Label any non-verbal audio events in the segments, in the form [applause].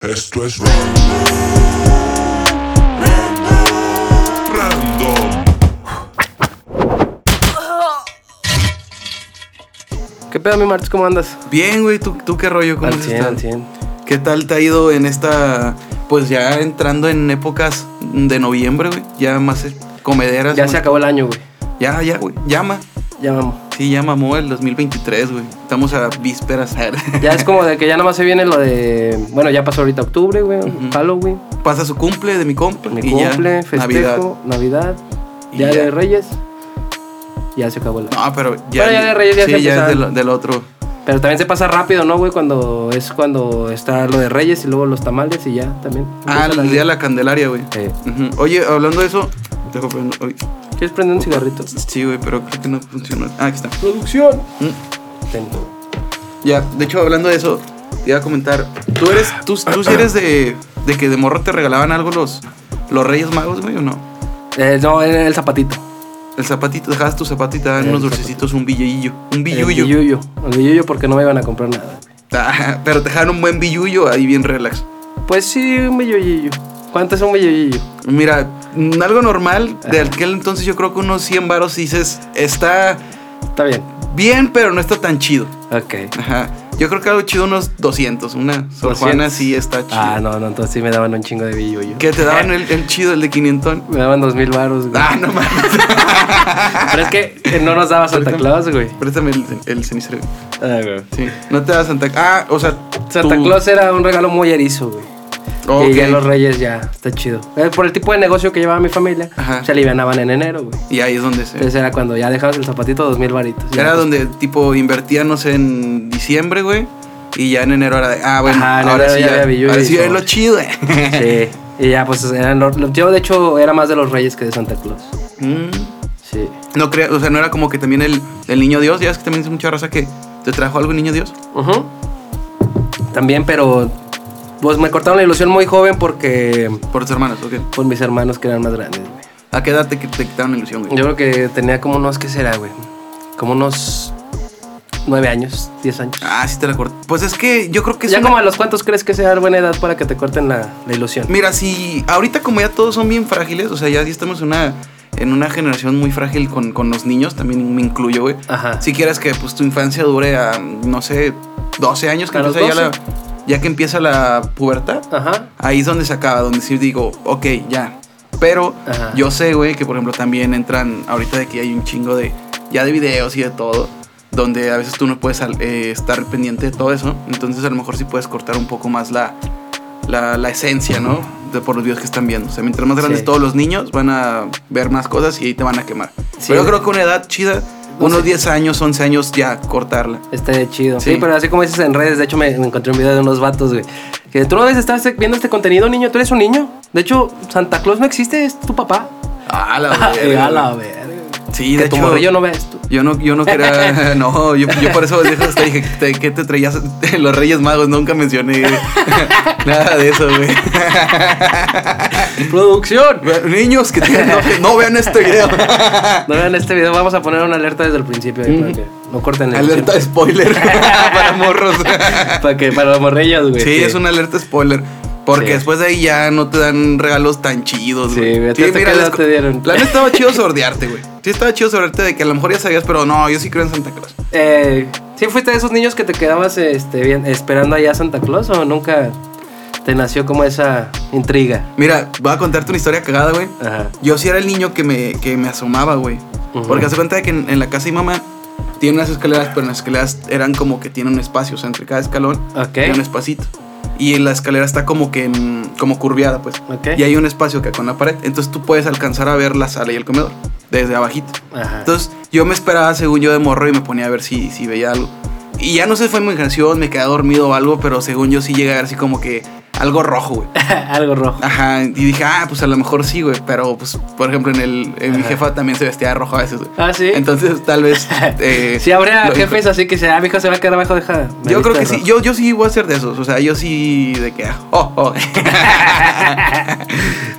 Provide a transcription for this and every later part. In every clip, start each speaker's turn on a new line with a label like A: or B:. A: Esto es Random. Random.
B: ¿Qué pedo, mi Martes? ¿Cómo andas?
C: Bien, güey, ¿tú, tú qué rollo? ¿Cómo
B: Al
C: has
B: 100,
C: estado?
B: al 100.
C: ¿Qué tal te ha ido en esta, pues ya entrando en épocas de noviembre, güey? Ya más eh, comederas.
B: Ya
C: más-
B: se acabó el año, güey.
C: Ya, ya, güey. Llama.
B: Ya vamos.
C: Sí, ya mamó el 2023, güey. Estamos a vísperas.
B: Ya es como de que ya nomás se viene lo de. Bueno, ya pasó ahorita octubre, güey. Halloween.
C: [laughs] Pasa su cumple de mi compa.
B: Mi
C: y
B: cumple,
C: ya,
B: festejo, Navidad.
C: Y
B: Día
C: ya.
B: de Reyes. Ya se acabó el año.
C: No, pero ya.
B: Bueno, ya de Reyes ya
C: sí,
B: se
C: ya es
B: empezaron.
C: del, del otro.
B: Pero también se pasa rápido, ¿no, güey? Cuando es cuando está lo de Reyes y luego los tamales y ya también.
C: Ah,
B: Empieza
C: el día de la Candelaria, güey.
B: Eh,
C: Ujú. Oye, hablando de eso. dejo prendo- ay,
B: ¿Quieres prender un cigarrito?
C: Sí, güey, pero creo que no funciona. Ah, aquí está.
B: Producción.
C: Mm. Ya, de hecho, hablando de eso, te iba a comentar. ¿Tú eres, tú, tú sí eres de, de que de morro te regalaban algo los, los Reyes Magos, güey, o no?
B: Eh, no, era el zapatito.
C: El zapatito, dejabas tu zapatito y te daban
B: El
C: unos
B: zapatito.
C: dulcecitos, un billillo. Un
B: El
C: billullo.
B: billuyo. El billuyo porque no me iban a comprar nada. güey.
C: Ah, pero te dejaban un buen billullo ahí bien relax.
B: Pues sí, un billuyillo. ¿Cuánto es un billuyillo?
C: Mira, mm, algo normal de aquel entonces yo creo que unos 100 varos dices, está
B: Está bien.
C: bien, pero no está tan chido.
B: Ok.
C: Ajá. Yo creo que algo chido unos 200. Una Sor Juana
B: 200.
C: sí está chido.
B: Ah, no, no, entonces sí me daban un chingo de billuyo.
C: Que
B: [laughs]
C: te daban el, el chido, el de 500.
B: Me daban dos mil baros, güey.
C: Ah, no mames.
B: Pero es que eh, no nos daba Santa Claus, güey.
C: Préstame el, el cenicero.
B: Ah, güey.
C: Sí. No te da Santa Ah, o sea,
B: Santa
C: tú-
B: Claus era un regalo muy erizo, güey.
C: Ok.
B: Y ya los reyes ya, está chido. Eh, Por el tipo de negocio que llevaba mi familia,
C: Ajá.
B: se alivianaban en enero, güey.
C: Y ahí es donde se.
B: Entonces era cuando ya dejabas el zapatito dos mil varitos. Ya,
C: era
B: pues,
C: donde, tipo, invertía, no sé, en diciembre, güey. Y ya en enero era de. Ah, bueno,
B: Ajá, en
C: ahora
B: enero
C: sí
B: ya
C: ya.
B: había billuyo
C: ahora
B: y
C: sí ya
B: todo.
C: es lo
B: [laughs]
C: chido, eh.
B: Sí. Y ya, pues eran los- los- yo de hecho era más de los reyes que de Santa Claus.
C: Mm.
B: Sí.
C: No creo, o sea, no era como que también el, el niño Dios. Ya es que también es mucha raza que te trajo algo, el niño Dios.
B: Ujú. También, pero pues me cortaron la ilusión muy joven porque
C: Por tus hermanos, ok.
B: pues mis hermanos que eran más grandes, güey.
C: ¿A qué edad te, te quitaron la ilusión, güey?
B: Yo creo que tenía como unos, ¿qué será, güey? Como unos nueve años, diez años.
C: Ah, sí te la corté. Pues es que yo creo que es
B: ya
C: una-
B: como a los cuantos crees que sea buena edad para que te corten la, la ilusión.
C: Mira, si ahorita como ya todos son bien frágiles, o sea, ya sí estamos en una, en una generación muy frágil con, con los niños, también me incluyo, güey.
B: Ajá.
C: Si quieres que pues, tu infancia dure a, no sé, 12 años, que
B: A los
C: empieza ya, la, ya que empieza la pubertad,
B: Ajá.
C: ahí es donde se acaba, donde sí digo, ok, ya. Pero
B: Ajá.
C: yo sé, güey, que por ejemplo también entran, ahorita de aquí hay un chingo de, ya de videos y de todo, donde a veces tú no puedes al- eh, estar pendiente de todo eso, entonces a lo mejor sí puedes cortar un poco más la, la, la esencia, ¿no? De por los videos que están viendo. O sea, mientras más grandes
B: Sí.
C: todos los niños van a ver más cosas y ahí te van a quemar.
B: Sí.
C: Pero yo creo que una edad chida, unos
B: sé.
C: 10 años, 11 años ya cortarla.
B: Está chido. Sí.
C: Sí.
B: pero así como dices en redes, de hecho me, me encontré un video de unos vatos, güey. Que tú no debes estar viendo este contenido, niño. Tú eres un niño. De hecho, Santa Claus no existe, es tu papá.
C: A la
B: [laughs] Eh,
C: Ah, verga.
B: a la verga.
C: Sí,
B: que
C: de
B: tu
C: hecho-
B: morrillo no ve esto.
C: Yo no, yo
B: [laughs]
C: no quería. no, yo, yo por eso desde antes te dije te- que te traías [laughs] los Reyes Magos. Nunca mencioné [laughs] nada de eso, güey.
B: ¡Producción!
C: Niños que tienen doce, no vean este video. Ah.
B: No vean este video, vamos a poner una alerta desde el principio. ahí, para que no corten [laughs] la ilusión.
C: alerta de spoiler [laughs] para morros.
B: para que para los morrillos, güey.
C: sí, es una alerta spoiler. Porque
B: Sí.
C: después de ahí ya no te dan regalos tan chidos,
B: Sí,
C: güey.
B: güey, ¿tú hasta qué
C: las
B: edad
C: co-
B: te dieron?
C: La neta
B: [laughs]
C: estaba chido sordearte, güey. Sí, estaba chido sordearte de que a lo mejor ya sabías, pero no, yo sí creo en Santa Claus.
B: Eh, ¿Sí fuiste de esos niños que te quedabas este, bien, esperando allá a Santa Claus o nunca te nació como esa intriga?
C: Mira, voy a contarte una historia cagada, güey.
B: Ajá.
C: Yo sí era el niño que me, que me asomaba, güey.
B: Ujú.
C: Porque hace cuenta de que en, en la casa de mi mamá tiene unas escaleras, pero en las escaleras eran como que tiene un espacio. O sea, entre cada escalón
B: Ok.
C: hay un espacito. Y la escalera está como que en- como curviada, pues.
B: Ok.
C: Y hay un espacio que con la pared. Entonces tú puedes alcanzar a ver la sala y el comedor desde abajito.
B: Ajá.
C: Entonces yo me esperaba, según yo, de morro y me ponía a ver si, si veía algo. Y ya no sé, fue mi canción, me quedé dormido o algo, pero según yo sí llegué a ver así como que algo rojo, güey.
B: [laughs] Algo rojo.
C: Ajá, y dije, ah, pues a lo mejor sí, güey. Pero, pues, por ejemplo, en el en mi
B: Ajá.
C: jefa también se vestía de rojo a veces, güey.
B: Ah, sí.
C: Entonces,
B: [laughs]
C: tal vez. eh,
B: si habrá
C: lo-
B: jefes así que sea, "Ah, mi hijo se va a quedar abajo, deja. me
C: Yo
B: visto
C: creo
B: de
C: que
B: [laughs]
C: sí,
B: rojo".
C: yo, yo sí voy a ser de esos. O sea, yo sí de que. ah, Oh,
B: [laughs]
C: oh. [laughs]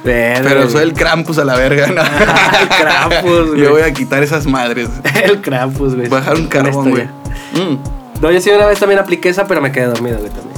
B: Verga,
C: Pero
B: güey.
C: soy el Krampus a la verga, ¿no?
B: [laughs] El Krampus, güey.
C: [laughs] Yo voy a quitar esas madres.
B: [laughs] El Krampus, güey.
C: Voy a dejar un
B: Con
C: carbón,
B: esto
C: güey.
B: ya.
C: Mm.
B: No, yo sí una vez también apliqué esa, pero me quedé dormido, güey, también.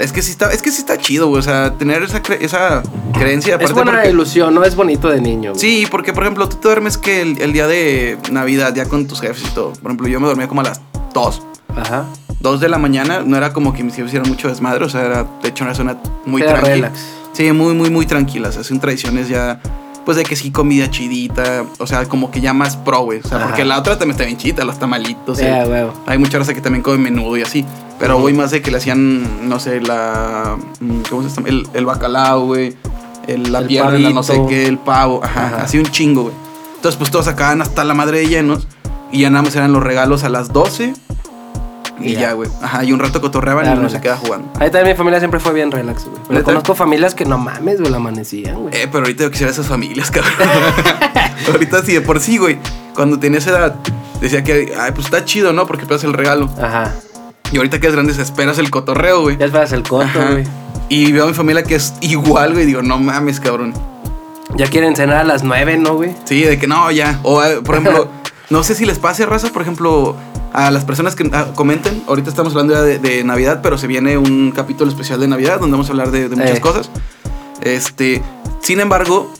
C: Es que sí está, es que sí está chido, güey. O sea, tener esa, cre- esa creencia.
B: Es
C: aparte
B: buena
C: porque-
B: ilusión, ¿no? Es bonito de niño. güey.
C: Sí, porque por ejemplo, tú te duermes que el, el día de Navidad, ya con tus jefes y todo. Por ejemplo, yo me dormía como a las 2.
B: Ajá.
C: 2 de la mañana, no era como que mis jefes hicieran mucho desmadre, o sea, era de hecho una zona muy
B: Era
C: tranquila.
B: relax.
C: Sí, muy, muy, muy tranquila. O sea, son tradiciones ya, pues de que sí, comida chidita, o sea, como que ya más pro, güey. O sea,
B: Ajá.
C: porque la otra también está bien chida, los tamalitos.
B: Ya,
C: el-
B: huevo.
C: Hay mucha raza que también come menudo y así. Pero voy más de que le hacían, no sé, la. mm, ¿Cómo se llama? El, el bacalao, güey. el- La
B: El
C: pierna, la no sé
B: pavito.
C: qué, el pavo. Ajá,
B: Ajá.
C: así un chingo, güey. Entonces, pues todos sacaban hasta la madre de llenos. Y ya nada más eran los regalos a las 12. Y
B: Ya.
C: ya, güey. Ajá, y un rato cotorreaban
B: Ya,
C: y uno se
B: relax.
C: queda jugando.
B: Ahí también mi familia siempre fue bien relax, güey. Pero
C: ¿Neta?
B: conozco familias que no mames, güey, la amanecían, güey.
C: Eh, pero ahorita yo quisiera esas familias, [laughs] cabrón.
B: [laughs]
C: ahorita sí, de por sí, güey. Cuando tenía esa edad, decía que, ay, pues está chido, ¿no? Porque te das el regalo.
B: Ajá.
C: Y ahorita que es grande, esperas el cotorreo, güey.
B: Ya esperas el coto,
C: Ajá.
B: güey.
C: Y veo a mi familia que es igual, güey. y Digo, no mames, cabrón.
B: Ya quieren cenar a las nueve, ¿no, güey?
C: Sí, de que no, ya. O, eh, por
B: [laughs]
C: ejemplo, no sé si les pase, raza, por ejemplo, a las personas que ah, comenten. Ahorita estamos hablando ya de, de Navidad, pero se viene un capítulo especial de Navidad donde vamos a hablar de, de muchas
B: Eh.
C: cosas. Este, sin embargo,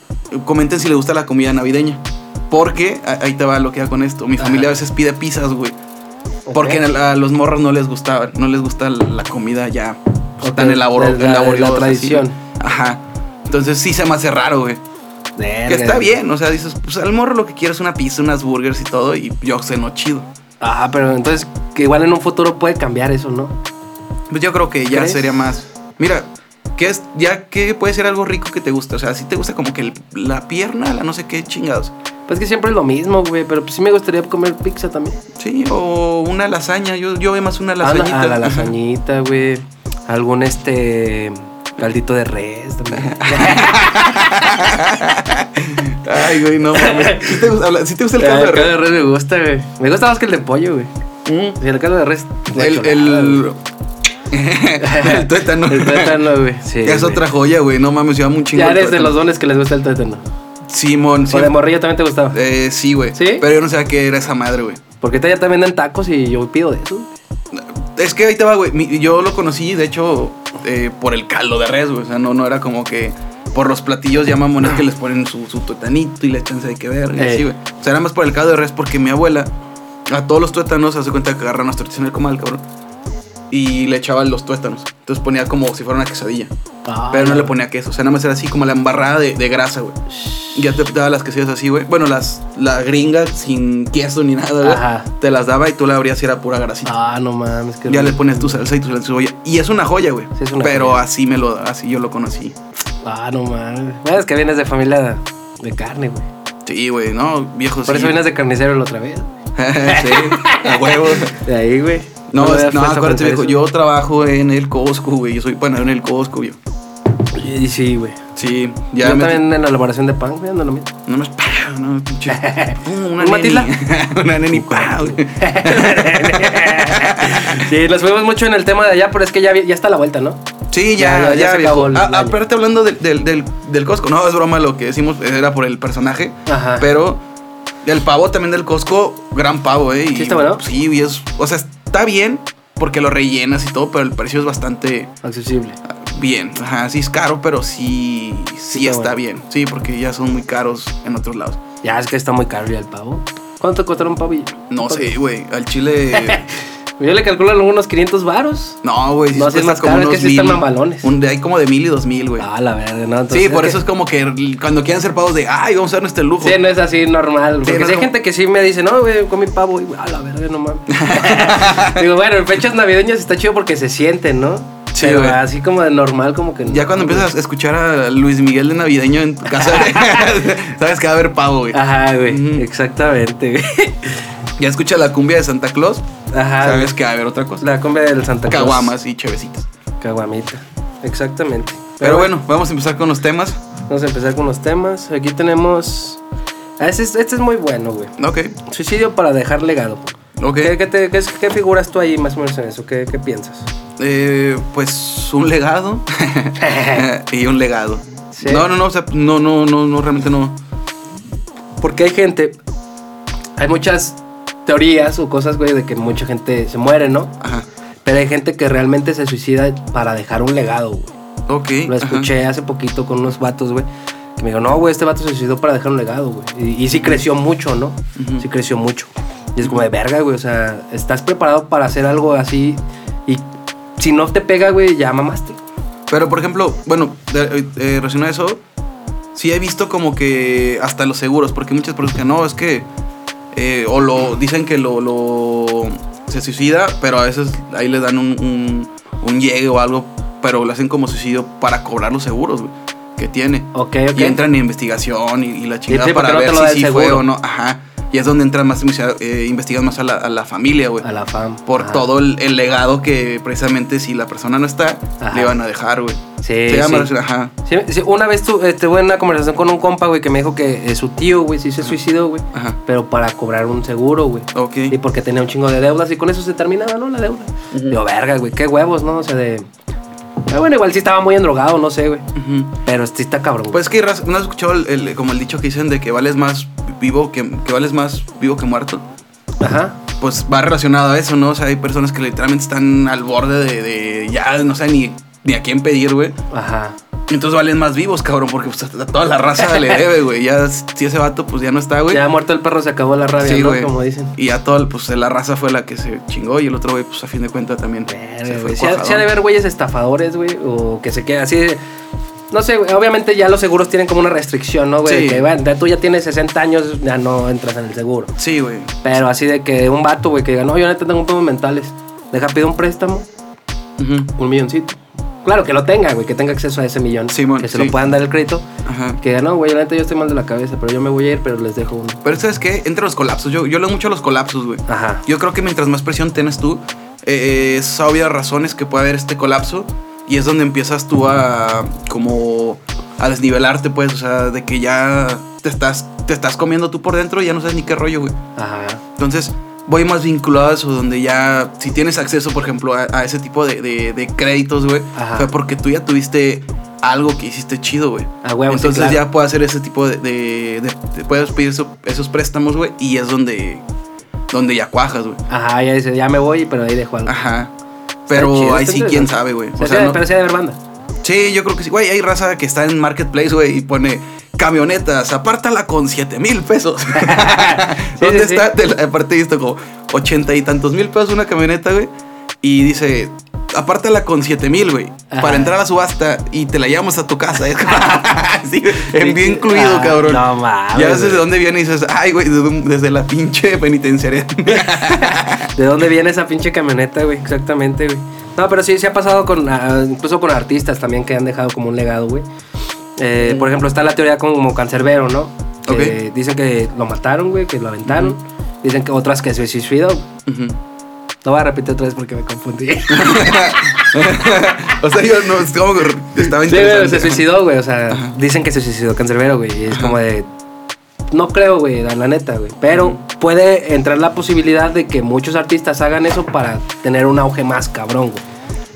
C: comenten si les gusta la comida navideña. Porque a- ahí te va lo que hago con esto. Mi familia
B: Ajá.
C: a veces pide pizzas, güey.
B: Ok.
C: Porque a la- a los morros no les gustaban, no les gusta la comida ya pues,
B: Ok,
C: tan elaboro-
B: la- la-
C: laboriosa,
B: la tradición.
C: así. Ajá. Entonces sí se me hace raro, güey. Que
B: Verga,
C: está
B: güey.
C: bien, o sea, dices, pues al morro lo que quiere es una pizza, unas burgers y todo, y yo no chido.
B: Ah, pero entonces que igual en un futuro puede cambiar eso, ¿no?
C: Pues yo creo que ya
B: ¿Crees?
C: sería más. Mira, que es, ya que puede ser algo rico que te gusta, o sea, si te gusta como que el- la pierna, la no sé qué chingados.
B: Pues que siempre es lo mismo, güey. Pero pues sí me gustaría comer pizza también.
C: Sí, o una lasaña, yo, yo veo más una
B: Ah, no,
C: lasañita.
B: ah, la
C: Ajá.
B: lasañita, güey. Algún este caldito de res
C: [laughs]
B: también.
C: [laughs] Ay, güey, no mames. ¿Sí te gusta, habla- sí te gusta el
B: Ah,
C: caldo de
B: caldo de
C: res?
B: res me gusta, güey. Me gusta más que el de pollo, güey.
C: Mm.
B: Sí, el caldo de res.
C: El, el,
B: [laughs]
C: el [laughs] tuétano.
B: El tuétano, güey. Sí,
C: Que es
B: güey.
C: otra joya, güey. No mames, yo amo un chingo.
B: Ya
C: el
B: eres de
C: tuétano.
B: los dones que les gusta el tuétano.
C: Simón,
B: O
C: sí.
B: de morrillo también te gustaba.
C: Eh, sí, güey.
B: ¿Sí?
C: Pero yo no sabía qué era esa madre, güey.
B: Porque te- ya también dan tacos y yo pido de eso.
C: Es que ahí te va, güey. Mi- Yo lo conocí, de hecho, eh, por el caldo de res, güey. O sea, no, no era como que por los platillos ya mamones que les ponen su, su tuetanito y la chance de que ver. y
B: Eh.
C: así, güey. O sea, era más por el caldo de res porque mi abuela a todos los tuétanos hace cuenta que agarran las tortillas en el comal, cabrón. Y le echaban los tuétanos. Entonces ponía como si fuera una quesadilla.
B: Ah,
C: Pero no le ponía queso. O sea, nada más era así como la embarrada de, de grasa, güey. Y Ya te daba las quesillas así, güey. Bueno, las la gringa sin queso ni nada, güey.
B: Ajá.
C: Te las daba y tú la abrías y era pura grasita.
B: Ah, no mames. qué
C: Ya le
B: rico.
C: pones tu salsa y tu cebolla. Y es una joya, güey.
B: Sí, es una
C: Pero
B: joya.
C: así me lo, así yo lo conocí.
B: Ah, no mames. Bueno, Es que vienes de familia de carne, güey.
C: Sí, güey, no, viejo.
B: Por
C: sí.
B: eso vienes de carnicero la otra vez.
C: [laughs] sí, a
B: [laughs]
C: huevo.
B: De ahí, güey.
C: No,
B: me
C: es-
B: habías
C: no,
B: puesto a
C: acuérdate,
B: pensar
C: viejo.
B: eso.
C: Yo trabajo en el Costco, güey. Yo soy panadero en el Costco, güey.
B: Y sí, güey.
C: Sí, ya.
B: Yo
C: me-
B: también en la elaboración de pan, güey, ando lo mismo.
C: No me espero, no,
B: [laughs]
C: pinche. Pum, una
B: ¿Un
C: neni.
B: matila?
C: una neni, [laughs] pa, güey.
B: [laughs] Sí, nos fuimos mucho en el tema de allá, pero es que ya, vi- ya está a la vuelta, ¿no?
C: Sí,
B: Ya,
C: ya,
B: ya, ya
C: ya,
B: se
C: viejo.
B: acabó el
C: Ah,
B: año.
C: aparte hablando del, del, del, del Costco, no, es broma lo que decimos, era por el personaje.
B: Ajá.
C: Pero el pavo también del Costco, gran pavo, ¿eh?
B: ¿Sí
C: Y-
B: está bueno?
C: Sí, y es, o sea, está bien porque lo rellenas y todo, pero el precio es bastante
B: Accesible.
C: ah, bien. Ajá, sí es caro, pero sí, sí,
B: Sí está
C: está
B: bueno.
C: bien. Sí, porque ya son muy caros en otros lados.
B: Ya, es que está muy caro ya el pavo. ¿Cuánto costará un pavo?
C: No
B: Un pavo?
C: sé, güey, al chile...
B: [laughs] Yo le calculo algunos 500 varos.
C: no, güey, sí
B: No, sí es
C: cuesta
B: más caro, es que sí están mamalones.
C: Un, hay como de mil y dos mil, güey.
B: Ah, la verdad, no. entonces
C: Sí, por
B: que-
C: eso es como que cuando quieran ser pavos de, ay, vamos a darnos este lujo.
B: Sí, no es así normal.
C: Sí,
B: Porque
C: no
B: si
C: es
B: hay
C: como-
B: gente que sí me dice, no, güey, comí pavo. Y, güey, a la verga, no
C: [laughs]
B: mames. Digo, bueno, en fechas navideñas está chido porque se sienten, ¿no?
C: Sí,
B: Pero
C: güey.
B: así como de normal, como que no.
C: Ya cuando empiezas a escuchar a Luis Miguel de Navideño en tu
B: [laughs]
C: casa, [laughs] sabes que va a haber pavo, güey.
B: Ajá, güey.
C: Ujú.
B: Exactamente, güey. [laughs]
C: Ya escuchas la cumbia de Santa Claus,
B: Ajá.
C: sabes
B: Ah, güey.
C: que va a haber otra cosa.
B: Pues La cumbia del Santa Claus.
C: Caguamas y chevecitas.
B: Caguamita. Exactamente.
C: Pero bueno, vamos a empezar con los temas.
B: Vamos a empezar con los temas. Aquí tenemos. Ah, este, es- este es muy bueno, güey.
C: Ok,
B: Suicidio para dejar legado.
C: ok.
B: ¿Qué, qué te- qué es- qué figuras tú ahí más o menos en eso? ¿Qué, qué piensas?
C: Eh, pues un legado
B: [laughs]
C: [laughs] y un legado.
B: Sí.
C: No, no, no, o sea, no, no, no, no, realmente no.
B: Porque hay gente. Hay muchas teorías o cosas, güey, de que mucha gente se muere, ¿no?
C: Ajá.
B: Pero hay gente que realmente se suicida para dejar un legado, güey.
C: Ok.
B: Lo
C: ajá.
B: escuché hace poquito con unos vatos, güey. Que me dijo, no, güey, este vato se suicidó para dejar un legado, güey. Y, y sí creció mucho, ¿no?
C: Ujú.
B: Sí creció mucho. Y es como de verga, güey. O sea, estás preparado para hacer algo así. Y si no te pega, güey, ya mamaste.
C: Pero, por ejemplo, bueno, de- eh, eh, relacionado a eso, sí he visto como que hasta los seguros, porque hay muchas personas que no, es que. eh, o lo dicen que lo, lo- se suicida, pero a veces ahí le dan un, un, un llegue o algo, pero lo hacen como suicidio para cobrar los seguros, güey, que tiene.
B: Ok, ok.
C: Y entran en investigación y, y la chingada
B: sí, porque no
C: para
B: te
C: ver
B: lo
C: si
B: da el
C: sí fue
B: seguro.
C: o no. Ajá. Y es donde entran más, eh, investigan más a la, a la familia, güey
B: A la fam.
C: por
B: Ajá.
C: todo el, el legado que precisamente si la persona no está,
B: Ajá.
C: le van a dejar, güey.
B: Sí,
C: Se llama,
B: sí.
C: ajá.
B: Sí, sí, una vez tu- eh, tuve una conversación con un compa, güey, que me dijo que eh, su tío, güey, sí se suicidó, güey.
C: Ajá.
B: Pero para cobrar un seguro, güey.
C: Ok.
B: Y porque tenía un chingo de deudas y con eso se terminaba, ¿no? La deuda.
C: Ujú.
B: Digo, verga, güey, qué huevos, ¿no? O sea, de. Ah, bueno, igual sí estaba muy endrogado, no sé, güey.
C: Ujú.
B: Pero sí está cabrón. güey.
C: Pues es que raz- no has escuchado el, el- como el dicho que dicen de que vales más vivo que, que vales más vivo que muerto.
B: Ajá.
C: Pues va relacionado a eso, ¿no? O sea, hay personas que literalmente están al borde de, de ya no sé ni, ni a quién pedir, güey.
B: Ajá.
C: Entonces valen más vivos, cabrón, porque pues, a toda la raza
B: [laughs]
C: le debe, güey. Ya si ese vato pues ya no está, güey.
B: Ya muerto el perro se acabó la rabia,
C: Sí,
B: ¿no?
C: güey.
B: Como dicen.
C: Y ya todo, el- pues la raza fue la que se chingó y el otro güey, pues a fin de cuentas también se
B: Verga,
C: fue
B: güey. Sí ha- sí ha de
C: cuajadón.
B: ver güeyes estafadores, güey, o que se queda así. de- No sé, güey, obviamente ya los seguros tienen como una restricción, ¿no, güey?
C: Sí.
B: De Que bueno, ya tú ya tienes 60 años, ya no entras en el seguro.
C: Sí, güey.
B: Pero así de que un vato, güey, que diga, no, yo neta tengo problemas mentales. Deja, pido un préstamo,
C: Ujú.
B: un milloncito. Claro, que lo tenga, güey, que tenga acceso a ese millón.
C: Simón,
B: que se
C: sí.
B: lo puedan dar el crédito.
C: Ajá.
B: Que diga, no, güey, la neta yo estoy mal de la cabeza, pero yo me voy a ir, pero les dejo uno.
C: Pero ¿sabes qué? Entre los colapsos. Yo, yo leo mucho a los colapsos, güey.
B: Ajá.
C: Yo creo que mientras más presión tienes tú, eh, es obvia razones que puede haber este colapso. Y es donde empiezas tú a como a desnivelarte, pues. O sea, de que ya te estás, te estás comiendo tú por dentro y ya no sabes ni qué rollo, güey.
B: Ajá.
C: Entonces, voy más vinculado a eso, donde ya, si tienes acceso, por ejemplo, a, a ese tipo de, de- de créditos, güey,
B: Ajá.
C: fue porque tú ya tuviste algo que hiciste chido, güey.
B: A huevo, sí,
C: Entonces
B: claro.
C: ya puedes hacer ese tipo de... de- de- de- puedes pedir eso- esos préstamos, güey, y es donde, donde ya cuajas, güey.
B: Ajá, ya dice, ya me voy, pero ahí dejo algo.
C: Ajá.
B: Está
C: Pero
B: chido,
C: ahí
B: está
C: sí, quién
B: interesante.
C: sabe, güey. O
B: O sea,
C: sea,
B: sí,
C: no-
B: Pero sí ha de haber banda.
C: Sí, yo creo que sí. Güey, hay raza que está en Marketplace, güey, y pone camionetas, apártala con 7 mil pesos.
B: [laughs]
C: ¿Dónde
B: sí,
C: está? Te la- aparte he visto como 80 y tantos mil pesos una camioneta, güey. Y dice, apártala con 7 mil, güey,
B: Ajá.
C: para entrar a la subasta y te la llevamos a tu casa. [laughs] Es como- sí, envío
B: Sí,
C: incluido,
B: ah,
C: cabrón.
B: no mames,
C: Ya veces de
B: güey.
C: dónde viene y dices, ay, güey, desde, un- desde la
B: [laughs]
C: pinche penitenciaria.
B: ¿De dónde viene esa pinche camioneta, güey? Exactamente, güey. No, pero sí, se ha pasado con, ah, incluso con artistas también que han dejado como un legado, güey. Eh, Por ejemplo, está la teoría como cancerbero, ¿no? Que
C: Ok.
B: Dicen que lo mataron, güey, que lo aventaron. Dicen que otras que se suicidó.
C: Ujú.
B: Lo voy a repetir otra vez porque me confundí. [laughs] Sí,
C: [laughs] o sea, yo no, es como que estaba
B: güey,
C: interesante.
B: se suicidó, güey. O sea, dicen que se suicidó cancerbero, güey. Y es como de... No creo, güey, la la neta, güey. Pero puede entrar la posibilidad de que muchos artistas hagan eso para tener un auge más cabrón, güey.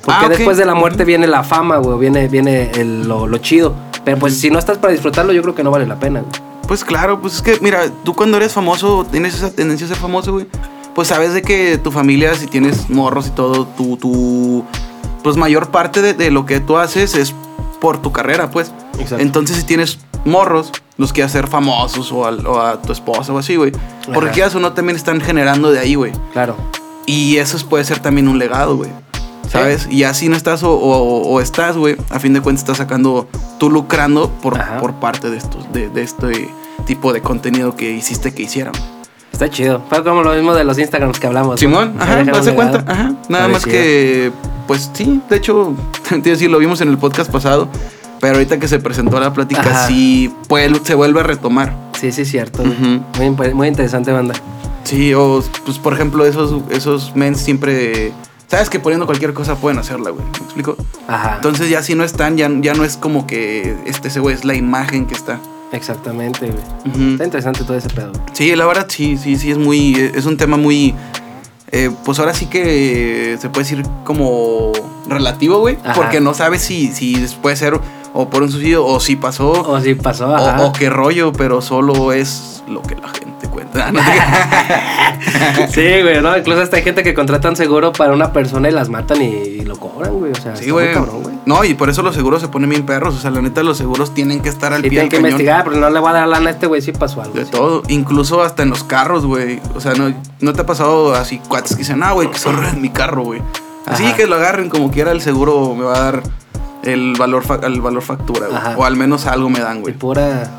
B: Porque
C: Ah, ok.
B: después de la muerte viene la fama, güey, viene, viene el- lo, lo chido. Pero pues si no estás para disfrutarlo, yo creo que no vale la pena, güey.
C: Pues claro, pues es que, mira, tú cuando eres famoso, tienes esa tendencia a ser famoso, güey. Pues sabes de que tu familia, si tienes morros y todo, tu, tu pues mayor parte de, de lo que tú haces es por tu carrera, pues.
B: Exacto.
C: Entonces, si tienes morros, los quieres hacer famosos o, al- o a tu esposa o así, güey. Porque
B: Ajá.
C: quieras o no, también están generando de ahí, güey.
B: Claro.
C: Y eso es- puede ser también un legado, güey. ¿Sabes? Y así no estás o, o- o estás, güey. A fin de cuentas estás sacando, tú lucrando por,
B: Ajá.
C: por parte de, estos, de, de este tipo de contenido que hiciste que hicieran.
B: Está chido. Fue como lo mismo de los Instagrams que hablamos. ¿no? O
C: Simón,
B: sea,
C: ajá,
B: dejar un
C: hace
B: legado.
C: cuenta. Ajá. Nada
B: Está
C: más
B: chido.
C: que, pues sí, de hecho, [laughs] te iba a decir, lo vimos en el podcast pasado, pero ahorita que se presentó la plática,
B: Ajá.
C: sí, pues, se vuelve a retomar.
B: Sí, sí, cierto. güey.
C: Ujú.
B: muy, imp- muy interesante, banda.
C: Sí, o pues por ejemplo, esos, esos men siempre. Sabes que poniendo cualquier cosa pueden hacerla, güey. ¿Me explico?
B: Ajá.
C: Entonces ya si no están, ya, ya no es como que este ese güey es la imagen que está.
B: Exactamente, güey.
C: Ujú.
B: Está interesante todo ese pedo.
C: Sí, la verdad sí, sí, sí, es muy, es un tema muy, eh, pues ahora sí que se puede decir como relativo, güey,
B: Ajá.
C: porque no sabes si, si puede ser o por un suicidio o si pasó
B: O si pasó,
C: o,
B: ajá.
C: o qué rollo, pero solo es lo que la gente cuenta. [laughs] No
B: [laughs]
C: te creas.
B: [laughs] Sí, güey, ¿no? Incluso hasta hay gente que contratan seguro para una persona y las matan y, y lo cobran, güey. O sea,
C: sí,
B: está
C: güey.
B: muy cabrón, güey.
C: No, y por eso los seguros se ponen bien perros. O sea, la neta, los seguros tienen que estar al
B: Sí,
C: pie
B: tienen
C: del
B: que
C: cañón.
B: investigar, porque no le voy a dar lana a este güey si pasó algo.
C: De
B: sí.
C: todo, incluso hasta en los carros, güey. O sea, no, no te ha pasado así cuates que dicen, ah, güey, que zorra en mi carro, güey. Así
B: Ajá.
C: que lo agarren como quiera, el seguro me va a dar el valor, fa- el valor factura, güey.
B: Ajá.
C: O al menos algo me dan,
B: Y
C: güey.
B: pura.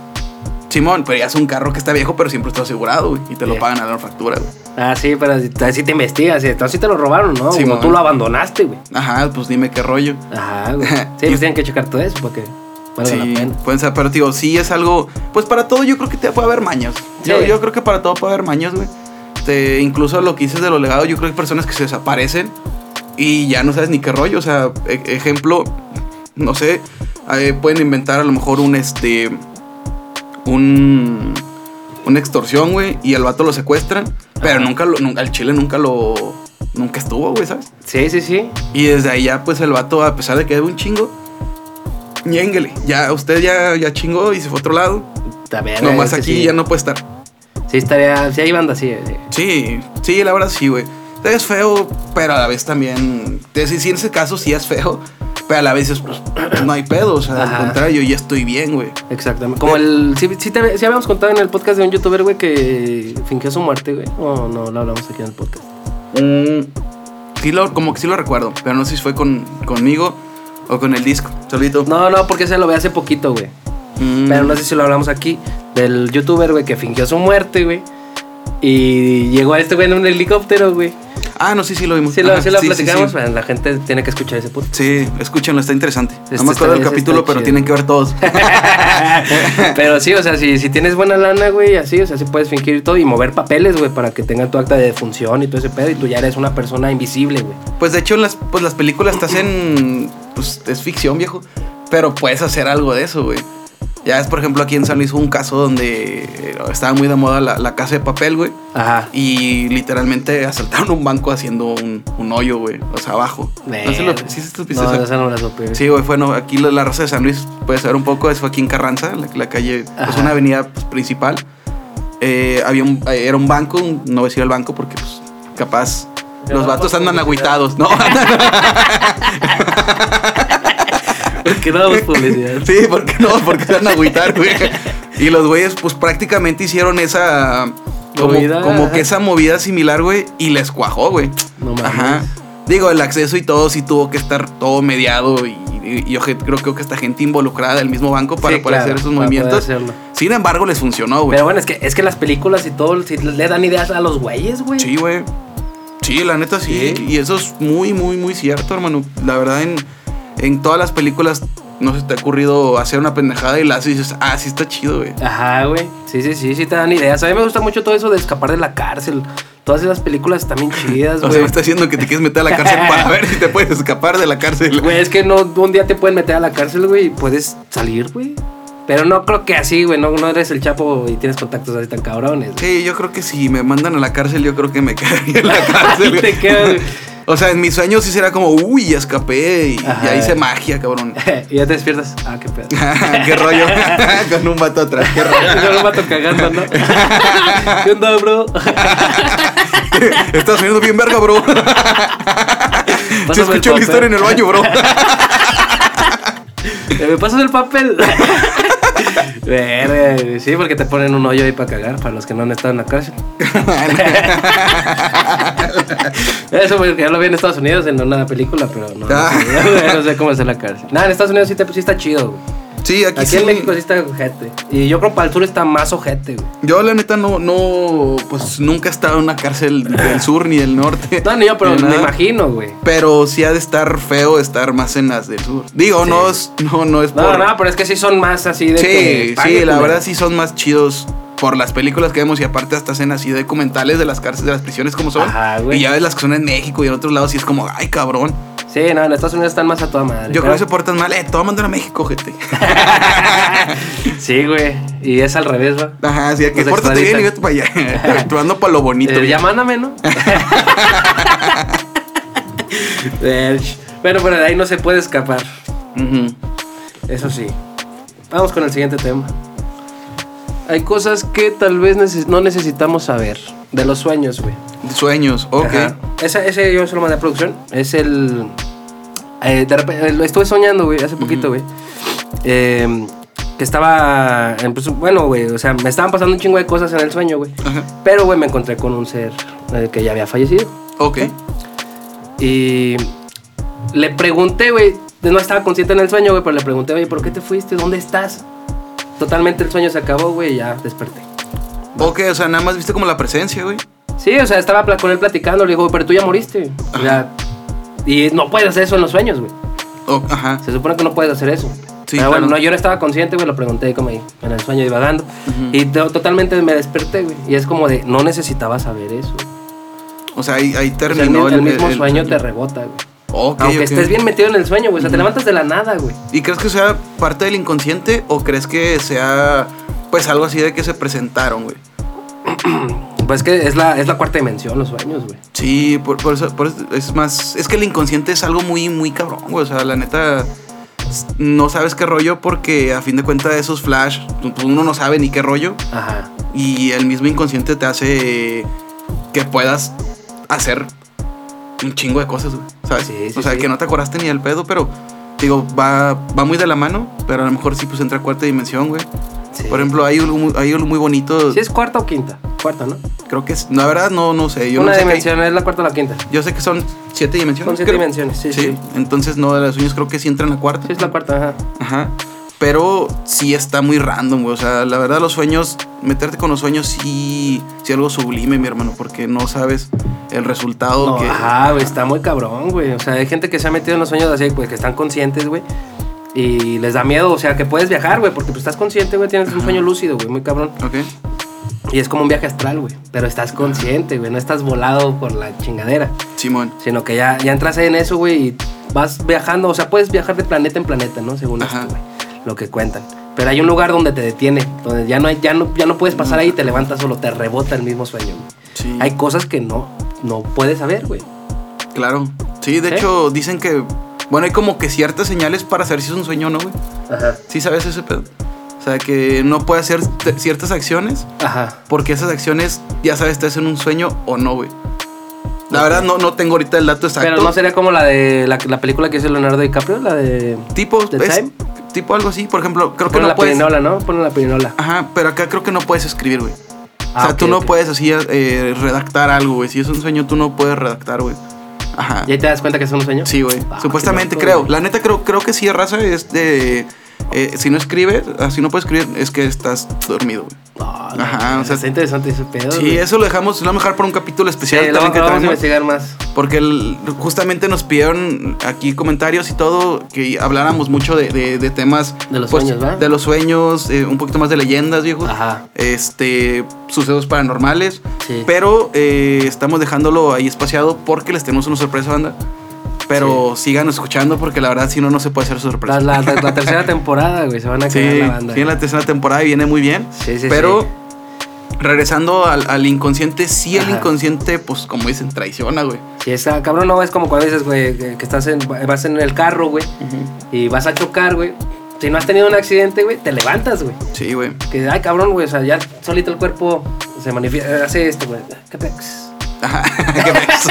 C: Simón, pero ya es un carro que está viejo, pero siempre está asegurado, güey. Y te lo
B: Bien.
C: pagan a la factura, güey.
B: Ah, sí, pero si, si te investigas, si, entonces sí te lo robaron, ¿no?
C: Sí,
B: o
C: mon.
B: tú lo abandonaste, güey.
C: Ajá, pues dime qué rollo.
B: Ajá,
C: [laughs]
B: güey. Sí, pues tienen que checar todo eso porque vale
C: sí,
B: la pena.
C: pueden ser, pero tío, sí es algo. Pues para todo yo creo que te puede haber mañas.
B: Sí.
C: Yo, yo creo que para todo puede haber mañas, güey. Te- incluso lo que dices de los legados, yo creo que hay personas que se desaparecen y ya no sabes ni qué rollo. O sea, e- ejemplo, no sé, eh, pueden inventar a lo mejor un este. Un. Una extorsión, güey, y al vato lo secuestran, pero nunca lo. Nunca, al chile nunca lo. Nunca estuvo, güey, ¿sabes?
B: Sí, sí, sí.
C: Y desde ahí ya, pues el vato, a pesar de que debe un chingo, ñénguele. Ya, usted ya, ya chingó y se fue a otro lado.
B: También. es
C: Nomás
B: que
C: aquí
B: sí.
C: ya no puede estar.
B: Sí, estaría. Sí, hay banda así, eh, sí.
C: Sí, sí, la verdad sí, güey. Es feo, pero a la vez también. Es decir, sí, en ese caso sí es feo, pero a la vez es, pues, no hay pedo. O sea,
B: Ajá.
C: al contrario, ya estoy bien, güey.
B: Exactamente. Como el. Sí, sí, te- sí habíamos contado en el podcast de un youtuber, güey, que fingió su muerte, güey. No, no, lo hablamos aquí en el podcast. Mm.
C: Sí lo, como que sí lo recuerdo, pero no sé si fue con, conmigo o con el disco. Solito.
B: No, no, porque se lo ve hace poquito, güey.
C: Mm,
B: Pero no sé si lo hablamos aquí. Del youtuber, güey, que fingió su muerte, güey. Y llegó a este güey en un helicóptero, güey.
C: Ah, no, sí, sí lo vimos.
B: Si lo,
C: Ajá,
B: sí lo
C: sí, sí, sí.
B: platicamos, bueno, la gente tiene que escuchar ese podcast.
C: Sí, escúchenlo, está interesante. no
B: Este
C: me acuerdo
B: está-
C: del
B: ese
C: capítulo,
B: está
C: pero
B: chido.
C: tienen que
B: [laughs]
C: ver todos.
B: Pero sí, o sea, si, si tienes buena lana, güey, así, o sea, sí puedes fingir y todo y mover papeles, güey, para que tengan tu acta de defunción y todo ese pedo y tú ya eres una persona invisible, güey.
C: pues de hecho, las, pues, las películas te hacen. Pues es ficción, viejo. Pero puedes hacer algo de eso, güey. Ya es, por ejemplo, aquí en San Luis hubo un caso donde eh, estaba muy de moda la, la casa de papel, güey.
B: Ajá.
C: Y literalmente asaltaron un banco haciendo un, un hoyo, güey. O sea, abajo. No sé lo-
B: Verga.
C: ¿sí supiste
B: No,
C: eso?
B: esa no me la supe, güey.
C: Sí, güey, fue no, aquí la, la raza de San Luis, puedes saber un poco, eso fue aquí en Carranza, la, la calle, pues
B: Ajá.
C: una avenida pues, principal. Eh, había un, eh, era un banco, un- no voy a decir el banco porque pues capaz
B: Te
C: los
B: damos
C: vatos andan
B: publicidad. [laughs]
C: agüitados, ¿no? andan-
B: que no damos
C: [laughs]
B: publicidad.
C: sí, ¿por qué no? Porque se van a agüitar, güey. Y los güeyes pues prácticamente hicieron esa... Como,
B: Movida,
C: como
B: ajá.
C: que esa movida similar, güey, y les cuajó, güey.
B: No mames.
C: Ajá. Digo, el acceso y todo sí tuvo que estar todo mediado y, y- y yo ge- creo, creo que esta gente involucrada del mismo banco para
B: Sí,
C: poder
B: claro,
C: hacer esos
B: para
C: movimientos.
B: poder hacerlo.
C: Sin embargo, les funcionó, güey.
B: Pero bueno, es que, es que las películas y todo sí le dan ideas a los güeyes, güey.
C: Sí, güey. Sí, la neta sí.
B: Sí.
C: Y eso es muy, muy, muy cierto, hermano. La verdad, en, en todas las películas no se te ha ocurrido hacer una pendejada y la haces y dices, ah, sí está chido, güey.
B: Ajá, güey. Sí, sí, sí, sí te dan ideas. A mí me gusta mucho todo eso de escapar de la cárcel. Todas esas películas también chidas,
C: [laughs] O sea,
B: güey.
C: me está haciendo que te quieres meter a la cárcel para ver si te puedes escapar de la cárcel.
B: Güey, es que no, un día te pueden meter a la cárcel, güey, y puedes salir, güey. Pero no creo que así, güey. No, no eres el chapo y tienes contactos así tan cabrones. güey.
C: Sí, yo creo que si me mandan a la cárcel, yo creo que me [laughs] quedaría en
B: [laughs]
C: la cárcel. güey.
B: Te quedas, güey.
C: o sea, en mis sueños sí será como, uy, ya escapé y
B: Ajá.
C: ya hice magia, [laughs] cabrón.
B: y ya te despiertas. Ah, qué pedo. [laughs]
C: qué rollo. Con un vato atrás, qué rollo. [laughs]
B: Yo lo mato cagando, ¿no? ¿Qué onda, bro?
C: Estás saliendo bien verga, bro. Se
B: Pásame el
C: escuchó la
B: papel.
C: historia en el
B: [laughs]
C: baño, bro.
B: Eh, ¿Me pasas el papel? [laughs] Verga, güey. sí, porque te ponen un hoyo ahí para cagar, para los que no han estado en la
C: [laughs]
B: cárcel. Eso porque ya lo vi en Estados Unidos en una película, pero no,
C: Ah.
B: no, sé, güey, no sé cómo es en la cárcel. Nada, en Estados Unidos sí, te- sí está chido, güey.
C: Sí, aquí,
B: Aquí
C: sí.
B: en México sí está ojete. Y yo creo que para el sur está más ojete, güey.
C: Yo la neta no, no, pues nunca he estado en una cárcel del sur ni del norte.
B: No, ni yo, pero
C: ni
B: me
C: nada.
B: imagino, güey.
C: Pero sí ha de estar feo estar más en las del sur. Digo,
B: Sí.
C: no es, no, no es
B: No,
C: por.
B: no, pero es que sí son más así de. que
C: sí,
B: pague,
C: sí, la
B: culero.
C: verdad sí son más chidos por las películas que vemos y aparte hasta hacen así documentales de las cárceles, de las prisiones como son.
B: Ajá, güey.
C: Y ya ves las que son en México y en otros lados y es como, ay cabrón.
B: Sí, no, en Estados Unidos están más a toda madre.
C: Yo creo
B: pero-
C: que se portan mal, eh, todo mandan a México, gente.
B: Sí, güey. Y es al revés, va.
C: Ajá, sí, que
B: Nos
C: pórtate bien y vete
B: extraditan.
C: para
B: [laughs]
C: allá. Actuando para lo bonito.
B: Eh, ya mándame, ¿no? Verge. [laughs] bueno, pero de ahí no se puede escapar.
C: Ujú.
B: Eso sí. Vamos con el siguiente tema. Hay cosas que tal vez neces- no necesitamos saber. De los sueños, güey.
C: Sueños, ok.
B: Ajá. Ese, ese yo se lo mandé a producción. Es el. eh, de repente, lo estuve soñando, güey, hace poquito, güey. Eh, que estaba. en- pues, bueno, güey, o sea, me estaban pasando un chingo de cosas en el sueño, güey.
C: Ajá.
B: Pero, güey, me encontré con un ser eh, que ya había fallecido.
C: Ok.
B: Y le pregunté, güey, no estaba consciente en el sueño, güey, pero le pregunté, güey, ¿por qué te fuiste? ¿Dónde estás? Totalmente el sueño se acabó, güey, y ya desperté.
C: Ok, o sea, nada más viste como la presencia, güey.
B: Sí, o sea, estaba pla- con él platicando, le digo, pero tú ya moriste. O sea, y no puedes hacer eso en los sueños, güey.
C: O- ajá.
B: Se supone que no puedes hacer eso.
C: Sí,
B: pero bueno,
C: claro.
B: no, yo no estaba consciente, güey, lo pregunté como ahí, en el sueño divagando. Y to- totalmente me desperté, güey. Y es como de, no necesitaba saber eso.
C: O sea,
B: O
C: ahí, ahí
B: sea, el,
C: terminó
B: mi- el mismo sueño te rebota, güey.
C: Ok,
B: Aunque
C: ok.
B: estés bien metido en el sueño, güey. O sea, te levantas de la nada, güey.
C: ¿Y crees que sea parte del inconsciente o crees que sea, pues, algo así de que se presentaron, güey?
B: Pues es que es la, es la cuarta dimensión, los sueños, güey.
C: Sí, por, por eso, por eso es más. Es que el inconsciente es algo muy, muy cabrón, güey. O sea, la neta. s- No sabes qué rollo porque a fin de cuentas esos flash, pues, uno no sabe ni qué rollo.
B: Ajá.
C: Y el mismo inconsciente te hace que puedas hacer un chingo de cosas, güey. ¿Sabes?
B: Sí, sí,
C: o sea,
B: sí.
C: que no te acordaste ni del pedo, pero digo, va, va muy de la mano, pero a lo mejor sí pues entra a cuarta dimensión, güey.
B: Sí.
C: Por ejemplo, hay algo, muy- hay algo muy bonito.
B: ¿Sí es cuarta o quinta? Cuarta, ¿no?
C: Creo que es. La verdad, no, no sé. Yo
B: Una
C: no sé qué-
B: dimensión, es la cuarta o la quinta.
C: yo sé que son siete dimensiones.
B: Son siete
C: creo.
B: dimensiones, sí, sí.
C: Entonces, no, de los sueños creo que sí entra en la cuarta.
B: Sí, es la cuarta, ajá.
C: Ajá. Pero sí está muy random, güey. O sea, la verdad, los sueños, meterte con los sueños sí, sí algo sublime, mi hermano, porque no sabes el resultado
B: No,
C: que.
B: ajá, güey, está muy cabrón, güey. O sea, hay gente que se ha metido en los sueños así, pues, que están conscientes, güey. Y les da miedo, o sea, que puedes viajar, güey, porque tú estás consciente, güey, tienes un sueño lúcido, güey, muy cabrón.
C: Ok.
B: Y es como un viaje astral, güey. Pero estás consciente, güey, no estás volado por la chingadera.
C: Simón.
B: Sino que ya, ya entras en eso, güey, y vas viajando. O sea, puedes viajar de planeta en planeta, ¿no? Según
C: Ajá.
B: esto, güey, lo que cuentan. Pero hay un lugar donde te detiene, donde ya no, hay- ya no, ya no puedes pasar ahí y te levantas solo, te rebota el mismo sueño. güey.
C: Sí.
B: Hay cosas que no, no puedes saber, güey.
C: Claro. Sí, de
B: ¿Sí?
C: hecho, dicen que. Bueno, hay como que ciertas señales para saber si es un sueño o no, güey.
B: Ajá.
C: Sí, sabes ese pedo. O sea, que no puede hacer te- ciertas acciones
B: Ajá.
C: porque esas acciones, ya sabes, estás en un sueño o no, güey. La verdad, no, no tengo ahorita el dato exacto.
B: Pero no sería como la de la, la película que hizo Leonardo DiCaprio, la de.
C: Tipo,
B: ¿The
C: es-
B: Time?
C: tipo algo así, por ejemplo, creo que
B: Pone
C: no
B: la
C: puedes.
B: pirinola, ¿no? Pone la pirinola.
C: Ajá, pero acá creo que no puedes escribir, güey. o
B: Ah,
C: sea,
B: ok,
C: tú no
B: ok.
C: puedes así eh, redactar algo, güey. Si es un sueño, tú no puedes redactar, güey. Ajá.
B: ¿Y ahí te das cuenta que es un sueño?
C: Sí, güey.
B: Ah,
C: Supuestamente
B: qué loco,
C: creo.
B: güey.
C: La neta creo, creo que sí, raza, es de. eh, si no escribes, así no puedes escribir, es que estás dormido, güey.
B: Ah, no,
C: Ajá, o sea-
B: está interesante ese pedo.
C: Sí,
B: güey.
C: eso lo dejamos, lo vamos a dejar por un capítulo
B: Sí,
C: especial.
B: lo,
C: también que
B: lo vamos a
C: traemos.
B: investigar más.
C: Porque el- justamente nos pidieron aquí comentarios y todo que habláramos mucho de, de- de temas. pues,
B: De los sueños, ¿va?
C: De los sueños, eh, un poquito más de leyendas, viejo.
B: Ajá.
C: Este, sucesos paranormales.
B: Sí.
C: Pero eh, estamos dejándolo ahí espaciado porque les tenemos una sorpresa, banda. Pero sigan escuchando porque la verdad, si no, no se puede hacer sorpresa.
B: Tras la, la- la tercera temporada, güey, se van a
C: Sí,
B: quedar la banda.
C: sí, en la tercera temporada y viene muy bien.
B: Sí, sí,
C: pero
B: sí.
C: regresando al, al inconsciente, sí, el
B: Ajá.
C: inconsciente, pues como dicen, traiciona, güey.
B: Sí, está, cabrón, no es como cuando dices, güey, que que estás en, vas en el carro, güey, y vas a chocar, güey. Si no has tenido un accidente, güey, te levantas, güey.
C: Sí, güey.
B: Que, ay, cabrón, güey, o sea, ya solito el cuerpo se manifiesta, eh, hace esto, güey. ¿Qué pex?
C: [laughs] Qué pex.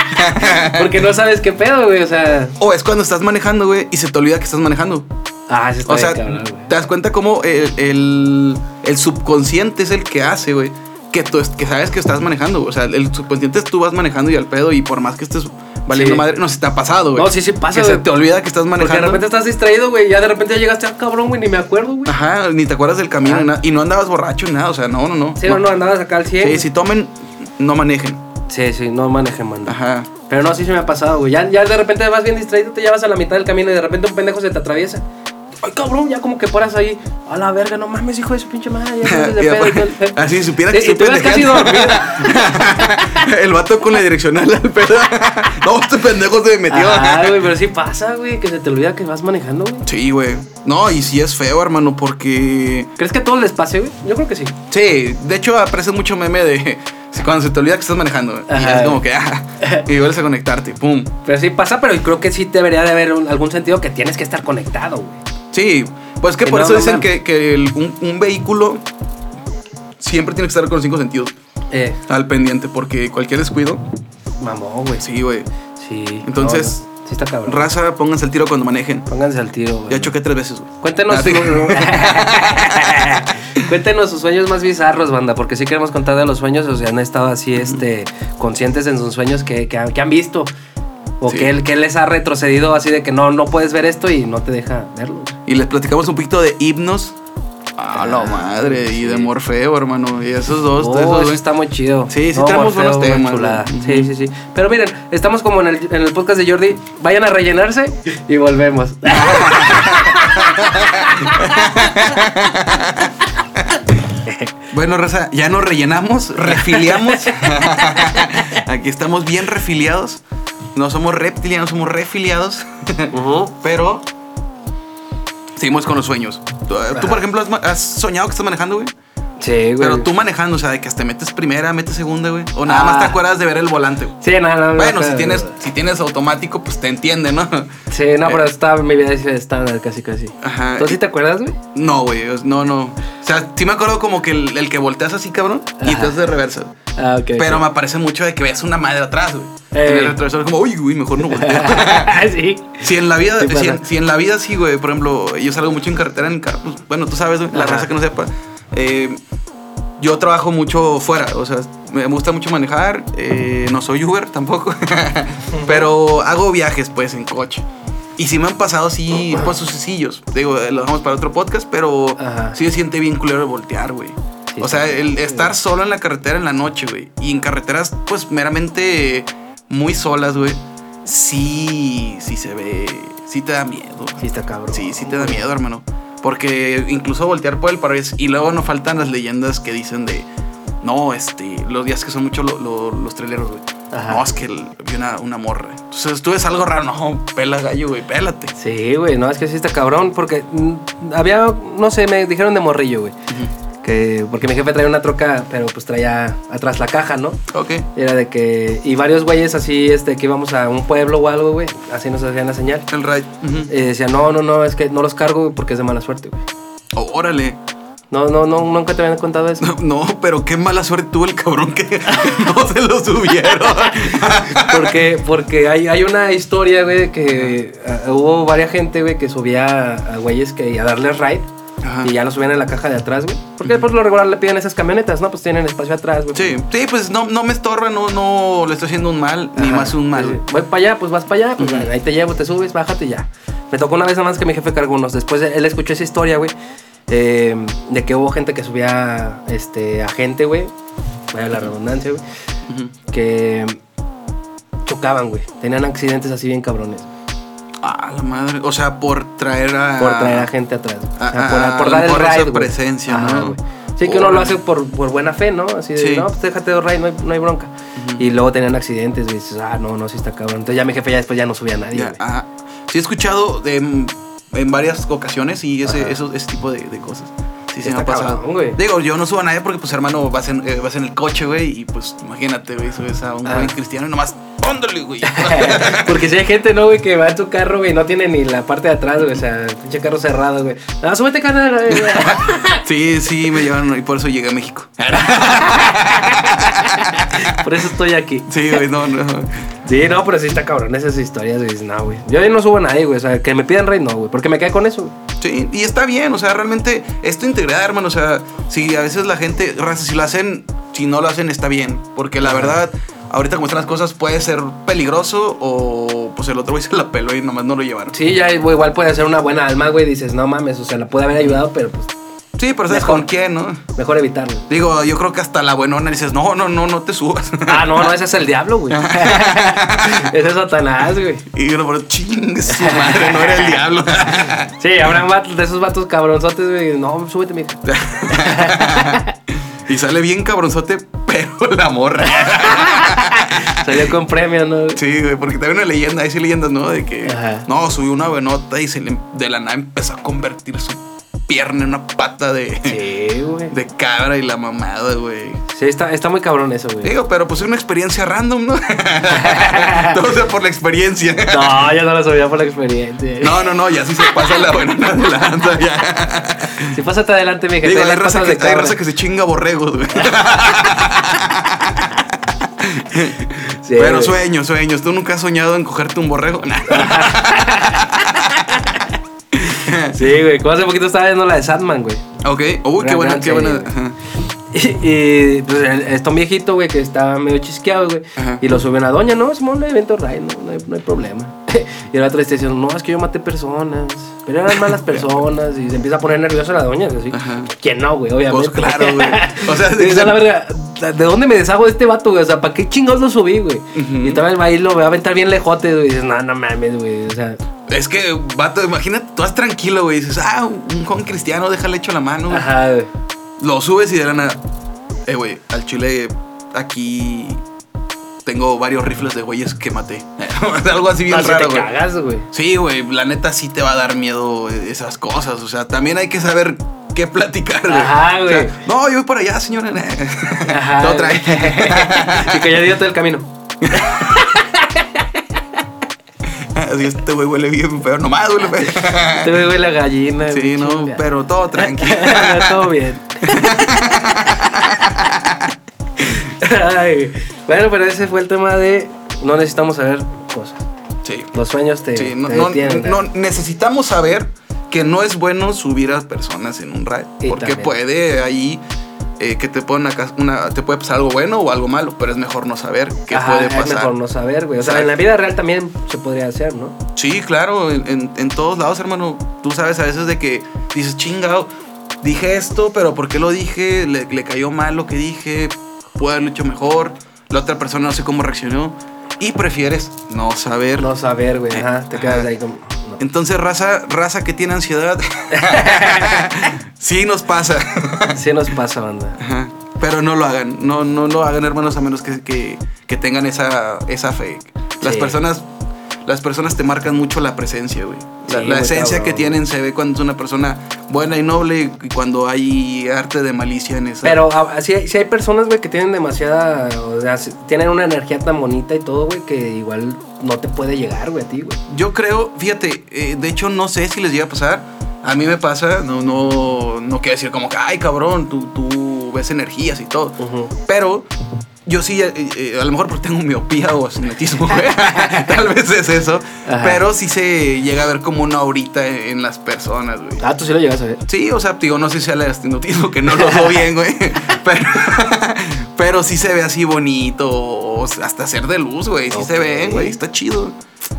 B: [laughs] Porque no sabes qué pedo, güey, o sea.
C: o es cuando estás manejando, güey, y se te olvida que estás manejando.
B: Ah, eso está
C: O sea,
B: bien, cabrón, güey.
C: te das cuenta cómo el, el- el subconsciente es el que hace, güey. Que, tú, es- que sabes que estás manejando, güey. O sea, el subconsciente es tú vas manejando y al pedo, y por más que estés valiendo
B: Sí.
C: madre, no se te ha pasado, güey.
B: No, sí, sí pasa,
C: Que se
B: güey.
C: te olvida que estás
B: Porque de
C: manejando.
B: repente estás distraído, güey, ya de repente ya llegaste al cabrón, güey, ni me acuerdo, güey.
C: Ajá, ni te acuerdas del camino
B: Ah.
C: ni nada. y no andabas borracho ni nada, o sea, no, no, no.
B: Sí, no, no, andabas acá al 100.
C: Sí, si tomen, no manejen.
B: sí, sí, no manejen, manda.
C: Ajá. [laughs]
B: Pero no, sí se me ha pasado, güey. Ya, ya de repente vas bien distraído, te llevas a la mitad del camino y de repente un pendejo se te atraviesa. Ay, cabrón, ya como que paras ahí. A la verga, no mames, hijo de su pinche madre. Ya sabes de
C: [laughs] Y
B: pedo y todo el
C: aparte-
B: pedo.
C: así supiera
B: Sí,
C: que
B: y tú eres
C: [laughs]
B: casi dormido.
C: El vato con la direccional al pedo. [laughs] No, este pendejo se me metió.
B: Ay, güey, pero sí pasa, güey, que se te olvida que vas manejando, güey.
C: Sí, güey. No, y sí es feo, hermano, porque.
B: ¿Crees que a todos les pase, güey? Yo creo que sí.
C: Sí, de hecho aparece mucho meme de [laughs] cuando se te olvida que estás manejando. güey. Y
B: Ajá.
C: es como que, ah,
B: [laughs]
C: y vuelves a conectarte, pum.
B: Pero sí pasa, pero creo que sí debería de haber un- algún sentido que tienes que estar conectado, güey.
C: Sí, pues que
B: Que
C: por
B: no,
C: eso
B: no
C: dicen
B: mames.
C: que, que el- un, un vehículo siempre tiene que estar con los cinco sentidos
B: Eh,
C: al pendiente, porque cualquier descuido,
B: mamón, güey.
C: sí, güey.
B: Sí.
C: Entonces,
B: no, no. sí está cabrón.
C: Raza, pónganse el tiro cuando manejen.
B: Pónganse al tiro, güey.
C: Ya choqué tres veces, güey.
B: Cuéntenos,
C: Ah, sí.
B: [laughs] su- [laughs] Cuéntenos sus sueños más bizarros, banda, porque sí queremos contar de los sueños, o sea, han estado así este, conscientes en sus sueños que, que han, que han visto, o
C: Sí.
B: que, que les ha retrocedido así de que no, no puedes ver esto y no te deja verlo.
C: [laughs] Y les platicamos un poquito de himnos. A la madre, y de Morfeo, hermano. Y esos dos,
B: Oh,
C: esos
B: eso
C: dos.
B: está muy chido.
C: Sí, sí tenemos buenos
B: una
C: temas,
B: chulada.
C: güey.
B: Sí, sí, sí. Pero miren, estamos como en el, en el podcast de Jordi. Vayan a rellenarse y
C: [laughs]
B: volvemos.
C: Bueno, Raza, ya
B: [laughs]
C: nos rellenamos, refiliamos. [laughs] Aquí estamos bien refiliados. No somos reptilianos, somos refiliados. Pero seguimos con los sueños. Tú, tú, por ejemplo, has, ma- has soñado que estás manejando, güey.
B: Sí, güey.
C: Pero tú manejando, o sea, de que hasta metes primera, metes segunda, güey. O nada más
B: Ah.
C: te acuerdas de ver el volante, güey.
B: Sí, no, no, no,
C: Bueno, si
B: pero-
C: tienes, si tienes automático, pues te entiende, ¿no? [laughs]
B: Sí, no, pero está mi vida es estándar casi casi.
C: Ajá.
B: ¿Tú sí te acuerdas, güey?
C: No, güey, es- no, no. O sea, sí me acuerdo como que el, el que volteas así, cabrón, y
B: Ajá.
C: te haces de reversa.
B: Ah, ok. [laughs]
C: Pero me aparece mucho de que veas una madre atrás, güey. En
B: Ey.
C: el retrovisor es como, uy, güey, mejor
B: [laughs]
C: no volteo.
B: Ah, sí.
C: si en la vida,
B: Sí pasa.
C: si en, si en la vida sí, güey. Por ejemplo, yo salgo mucho en carretera en carro. pues, bueno, tú sabes, güey, la
B: Ajá.
C: raza que no sepa. Eh, yo trabajo mucho fuera, o sea, me gusta mucho manejar. eh, no soy Uber tampoco, [laughs] pero hago viajes, pues, en coche. Y sí me han pasado así, pues, sucesillos. Digo, eh, lo dejamos para otro podcast, pero
B: Ajá.
C: sí se siente bien culero de voltear, güey.
B: Sí,
C: o sea,
B: sí.
C: el estar solo en la carretera en la noche, güey. Y en carreteras, pues, meramente eh, muy solas, güey. Sí, sí se ve. Sí te da miedo.
B: Sí, está cabrón.
C: Sí, sí te da miedo, hermano. Porque incluso voltear por el parabrisas y luego no faltan las leyendas que dicen de no, este, los días que son mucho lo- lo- los traileros, güey.
B: Ajá.
C: No, es que el- vi una, una morra. Entonces tú ves algo raro, no, pela gallo, güey, pélate.
B: Sí, güey, no, es que sí está cabrón porque mm, había, no sé, me dijeron de morrillo, güey. Que, porque mi jefe traía una troca, pero pues traía atrás la caja, ¿no?
C: Ok.
B: Y Era de que. Y varios güeyes así, este, que íbamos a un pueblo o algo, güey. Así nos hacían la señal.
C: El ride. Ujú.
B: Y decían, no, no, no, es que no los cargo güey, porque es de mala suerte, güey.
C: Oh, órale.
B: No, no, no, nunca te habían contado eso.
C: [laughs] No, pero qué mala suerte tuvo el cabrón que [laughs] no se
B: [laughs]
C: lo subieron.
B: Porque, porque hay, hay una historia, güey, de que ah, hubo varias gente, güey, que subía a, a güeyes que a darles ride.
C: Ajá.
B: Y ya lo subían en la caja de atrás, güey. Porque por lo regular le piden esas camionetas, ¿no? Pues tienen espacio atrás, güey.
C: Sí, sí, pues no, no me estorba, no, no le estoy haciendo un mal, ni
B: Ajá.
C: más un mal.
B: Sí, sí. Voy para allá, pues vas para allá, pues ahí te llevo, te subes, bájate y ya. Me tocó una vez nada más que mi jefe cargó unos. Después él escuchó esa historia, güey, eh, de que hubo gente que subía este, a gente, güey. Vaya la redundancia, güey.
C: Ujú.
B: Que chocaban, güey. Tenían accidentes así bien cabrones.
C: Ah, la madre. O sea, por traer a.
B: por traer a gente atrás. güey. O sea,
C: Ah,
B: por-
C: ah,
B: por,
C: a lo
B: dar el
C: mejor esa
B: ride, güey.
C: presencia,
B: Ajá,
C: ¿no?
B: güey. Sí, que uno
C: Órale.
B: lo hace por, por buena fe, ¿no? Así de,
C: Sí.
B: no, pues déjate de ride, no hay, no hay bronca. Y luego tenían accidentes, güey. y dices, ah, no, no, sí está cabrón. Entonces ya mi jefe ya después ya no subía a nadie,
C: Ya,
B: güey. [laughs]
C: ajá. Sí, he escuchado de, mm, en varias ocasiones y ese, eso- ese tipo de, de cosas. Sí, se me
B: Está
C: ha pasado.
B: cabrón, güey.
C: Digo, yo no subo a nadie porque, pues, hermano, vas en, eh, vas en el coche, güey, y pues, imagínate, güey, subes a un
B: Ah.
C: joven cristiano y nomás, póndole, güey.
B: Porque si hay gente, ¿no, güey? Que va en su carro, güey, no tiene ni la parte de atrás, güey. O sea, pinche carro cerrado, güey. No, súbete, carnal. güey.
C: [laughs] sí, sí, me llevaron y por eso llegué
B: [laughs]
C: a México.
B: Por eso estoy aquí.
C: Sí, güey, no, no.
B: Sí, no, pero sí está cabrón esas historias, güey. No, güey. Yo no subo a nadie, güey. O sea, que me pidan ride, no, güey. Porque me quedé con eso, güey.
C: Sí, y está bien, o sea, realmente es tu integridad, hermano. O sea, si a veces la gente, raza, si lo hacen, si no lo hacen, está bien. Porque la verdad, ahorita como están las cosas, puede ser peligroso o pues el otro güey [laughs] se la peló y nomás no lo llevaron. Sí,
B: Sí, ya güey, igual puede ser una buena alma, güey. Dices, no mames, o sea, la puede haber ayudado, pero pues
C: pero sabes
B: Mejor.
C: con quién, ¿no?
B: mejor evitarlo.
C: Digo, yo creo que hasta la buenona dices, no, no, no, no te subas. [laughs]
B: Ah, no, no, ese es el diablo, güey. ese es Satanás, güey.
C: Y yo, pero ching, su madre, no era el diablo. [laughs]
B: Sí, habrán vatos- de esos vatos cabronzotes, güey. No, súbete,
C: [laughs]
B: mija.
C: y sale bien cabronzote, pero la morra.
B: Salió con premio, ¿no?
C: Sí, güey, porque también una leyenda, hay sí leyendas, ¿no? De que
B: Ajá.
C: no, subió una buenota y se le- de la nada empezó a convertir su pierna, una pata de,
B: Sí, güey.
C: de cabra y la mamada, güey.
B: Sí, está, está muy cabrón eso, güey.
C: Digo, pero pues es una experiencia random, ¿no? [laughs] Todo sea por la experiencia.
B: No, yo no lo sabía por la experiencia.
C: No, no, no, ya sí se pasa la buena de lanza, ya.
B: Si pásate adelante, mi gente.
C: Digo,
B: ahí
C: hay
B: las
C: raza,
B: patas
C: que,
B: de
C: hay
B: cabra.
C: raza que se chinga borregos, güey.
B: Sí,
C: Pero
B: güey.
C: sueños, sueños. ¿Tú nunca has soñado en cogerte un borrego? [laughs] Nah.
B: Sí, güey. Como hace poquito estaba viendo la de Sandman, güey.
C: Ok. Uy, qué
B: Gran,
C: buena,
B: gran
C: qué buena.
B: serie,
C: ajá.
B: Y, [laughs] y, pues el- está un viejito, güey, que estaba medio chisqueado, güey.
C: Ajá.
B: Y lo suben a Doña, no, Simón, no hay evento Ray, no, no hay, no hay problema. [laughs] y la otra está diciendo, no, es que yo maté personas. Pero eran
C: [laughs]
B: malas personas. Y se empieza a poner nerviosa la Doña, así.
C: Ajá.
B: ¿Quién no, güey? Obviamente.
C: Pues,
B: [laughs]
C: claro, güey. O
B: O
C: sea,
B: sea,
C: de
B: de,
C: que se-
B: la verga, ¿de dónde me deshago de este vato, güey? O sea, ¿para qué chingados lo subí, güey? Y todavía el baile lo va a aventar bien lejote, güey. Y dices, no, no mames, güey. O sea,
C: Es que, vato, imagínate, tú vas tranquilo, güey. Dices, ah, un joven cristiano, déjale hecho la mano. güey.
B: ajá, güey.
C: Lo subes y de la nada. Eh, güey, al chile aquí tengo varios rifles de güeyes que maté. [laughs] Algo así bien
B: No, si
C: raro,
B: te
C: güey.
B: cagas, güey.
C: Sí, güey, la neta sí te va a dar miedo esas cosas. O sea, también hay que saber qué platicar, güey.
B: Ajá,
C: O sea,
B: güey.
C: no, yo voy para allá, señora. [laughs]
B: Ajá.
C: [laughs] Todo tranqui.
B: [laughs] y que ya dio todo el camino.
C: Así, este güey huele bien feo, nomás huele feo.
B: [laughs] Te veo la gallina.
C: Sí,
B: güey,
C: no,
B: chinga. [laughs]
C: pero todo tranqui.
B: Todo
C: [laughs]
B: bien. Ay, bueno, pero ese fue el tema de no necesitamos saber cosas.
C: Sí.
B: Los sueños te,
C: Sí, no,
B: te
C: no-
B: detienen.
C: no- necesitamos saber que no es bueno subir a personas en un ride.
B: Sí,
C: porque
B: también.
C: puede ahí eh, que te pueda una cas- una- te puede pasar algo bueno o algo malo, pero es mejor no saber qué
B: Ajá,
C: puede
B: Es
C: pasar.
B: mejor no saber, güey. O sea,
C: Exacto.
B: en la vida real también se podría hacer, ¿no?
C: Sí, claro, en, en- en todos lados, hermano. Tú sabes a veces de que dices, chingado, dije esto, pero ¿por qué lo dije? Le, le cayó mal lo que dije, puedo haberlo hecho mejor, la otra persona no sé cómo reaccionó y prefieres no saber.
B: No saber, güey. Ajá, te quedas
C: Ajá.
B: ahí como. no.
C: Entonces, raza, raza que
B: [laughs]
C: tiene ansiedad, sí nos pasa.
B: Sí nos pasa, banda.
C: Ajá. Pero no lo hagan, no, no lo hagan, hermanos, a menos que, que- que tengan esa, esa fe. Las
B: Sí.
C: personas. Las personas te marcan mucho la presencia, güey. La,
B: Sí,
C: la
B: muy
C: esencia
B: cabrón.
C: que tienen se ve cuando es una persona buena y noble y cuando hay arte de malicia en esa.
B: Pero a- sí, hay- sí hay personas, güey, que tienen demasiada. O sea, sí- tienen una energía tan bonita y todo, güey, que igual no te puede llegar, güey, a ti, güey.
C: Yo creo, fíjate, eh, de hecho no sé si les llega a pasar. A mí me pasa, no, no, no quiero decir como que, ay cabrón, tú, tú ves energías y todo.
B: Ujú.
C: Pero yo sí, eh, eh, a lo mejor porque tengo miopía o astigmatismo, [laughs] güey. tal vez es eso.
B: Ajá.
C: Pero sí se llega a ver como una horita en, en las personas, güey.
B: Ah, tú sí lo llegas a ver.
C: Sí, o sea, digo, no sé si sea el astigmatismo, que no lo veo
B: [laughs]
C: bien, güey. Pero, pero sí se ve así bonito, o hasta ser de luz, güey. Sí se
B: Ok.
C: ve, güey. Está chido.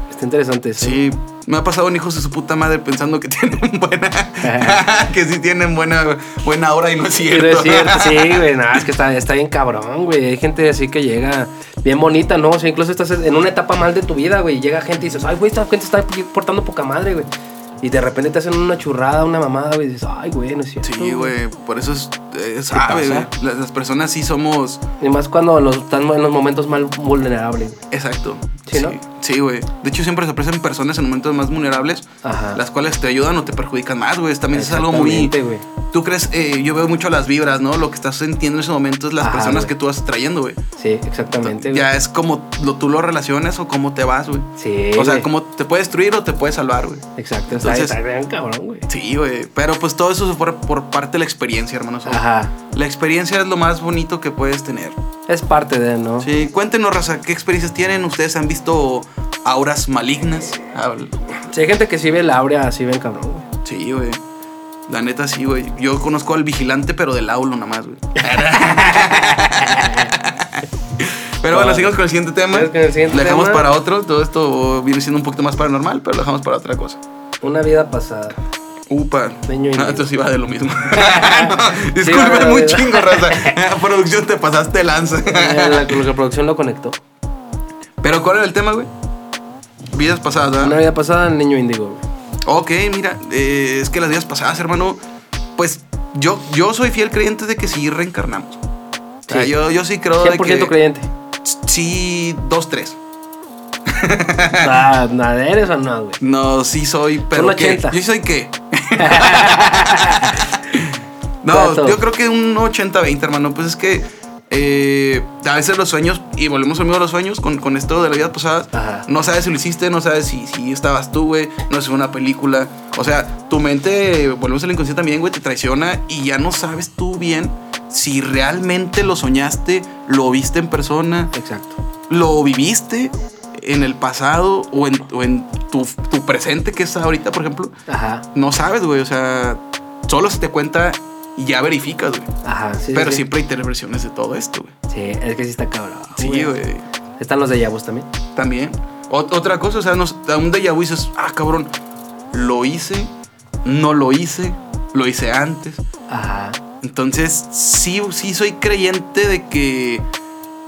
B: Está interesante eso.
C: Sí, me ha pasado un hijo de su puta madre pensando que [laughs] tienen buena. que sí tienen buena, buena hora y no es cierto.
B: Pero es cierto, sí, güey, nada, es que está, está bien cabrón, güey. Hay gente así que llega bien bonita, ¿no? O sea, incluso estás en una etapa mal de tu vida, güey. y Llega gente y dices, ay, güey, esta gente está portando poca madre, güey. Y de repente te hacen una churrada, una mamada, güey. Y dices, ay, güey, no es cierto.
C: Sí, güey, por eso es, eh, sabe,
B: pasa?
C: güey, Las, las personas sí somos.
B: Y más cuando los, están en los momentos mal vulnerables. güey.
C: Exacto.
B: Sí, ¿no?
C: Sí, güey. De hecho, siempre se aprecian personas en momentos más vulnerables,
B: Ajá.
C: las cuales te ayudan o te perjudican más, güey. También es algo muy.
B: Exactamente, güey.
C: Tú crees, eh, yo veo mucho las vibras, ¿no? Lo que estás sintiendo en ese momento es las
B: Ajá,
C: personas
B: güey.
C: que tú vas trayendo, güey.
B: Sí, exactamente, güey.
C: Ya es como lo, tú lo relacionas o cómo te vas, güey.
B: Sí.
C: O sea,
B: güey.
C: cómo te puede destruir o te puede salvar, güey.
B: Exacto,
C: Entonces-
B: está, está bien cabrón, güey.
C: Sí, güey. Pero pues todo eso fue por parte de la experiencia, hermanos.
B: Ajá.
C: La experiencia es lo más bonito que puedes tener.
B: Es parte de, ¿no?
C: Sí, cuéntenos, raza, ¿qué experiencias tienen? ¿Ustedes han visto auras malignas? Habl-
B: Sí, hay gente que sí ve el áurea, así ven cabrón, güey.
C: Sí, güey. La neta, sí, güey. Yo conozco al vigilante, pero del aulo
B: [laughs]
C: nada más, güey. Pero bueno,
B: Va.
C: sigamos con el siguiente tema.
B: ¿Sabes con el siguiente
C: Lo dejamos
B: tema?
C: para otro. Todo esto viene siendo un poquito más paranormal, pero lo dejamos para otra cosa.
B: Una vida pasada.
C: Upa.
B: Niño y
C: no,
B: niño.
C: esto sí va de
B: [laughs]
C: lo mismo. [laughs] no,
B: Sí, va
C: disculpen
B: de lo
C: muy
B: mismo.
C: chingo, raza.
B: [laughs]
C: [laughs] Producción, te pasaste lanza.
B: Eh, La, la producción lo conectó.
C: [laughs] Pero ¿cuál era el tema, güey? Vidas pasadas, ¿verdad?
B: Una vida pasada, el niño índigo, güey.
C: Ok, mira, eh, es que las vidas pasadas, hermano, pues yo, yo soy fiel creyente de que sí reencarnamos. O sea,
B: Sí.
C: yo, yo sí creo de
B: 100%
C: que [laughs]
B: creyente.
C: sí, dos, tres.
B: Ah, ¿Nada eres o no, güey?
C: No, sí soy, pero ¿qué?
B: 80.
C: Yo soy qué. No,
B: ¿Cuánto?
C: yo creo que un 80-20, hermano. Pues es que eh, a veces los sueños, y volvemos al mismo de los sueños, con, con esto de la vida posada,
B: Ajá.
C: no sabes si lo hiciste, no sabes si, si estabas tú, güey, no es una película. O sea, tu mente, eh, volvemos al inconsciente también, güey, te traiciona y ya no sabes tú bien si realmente lo soñaste, lo viste en persona,
B: Exacto.
C: lo viviste en el pasado o en, o en tu, tu presente, que es ahorita, por ejemplo
B: Ajá.
C: no sabes, güey. O sea, solo se te cuenta y ya verificas, güey.
B: Ajá. Sí, sí,
C: Pero
B: sí.
C: siempre hay versiones de todo esto, güey.
B: Sí, es que sí está cabrón.
C: Sí, güey.
B: Están los de Yabus también.
C: También. Ot- otra cosa, o sea, nos, a un déjà vu dices, ah, cabrón, lo hice, no lo hice, lo hice antes.
B: Ajá.
C: Entonces, sí, sí soy creyente de que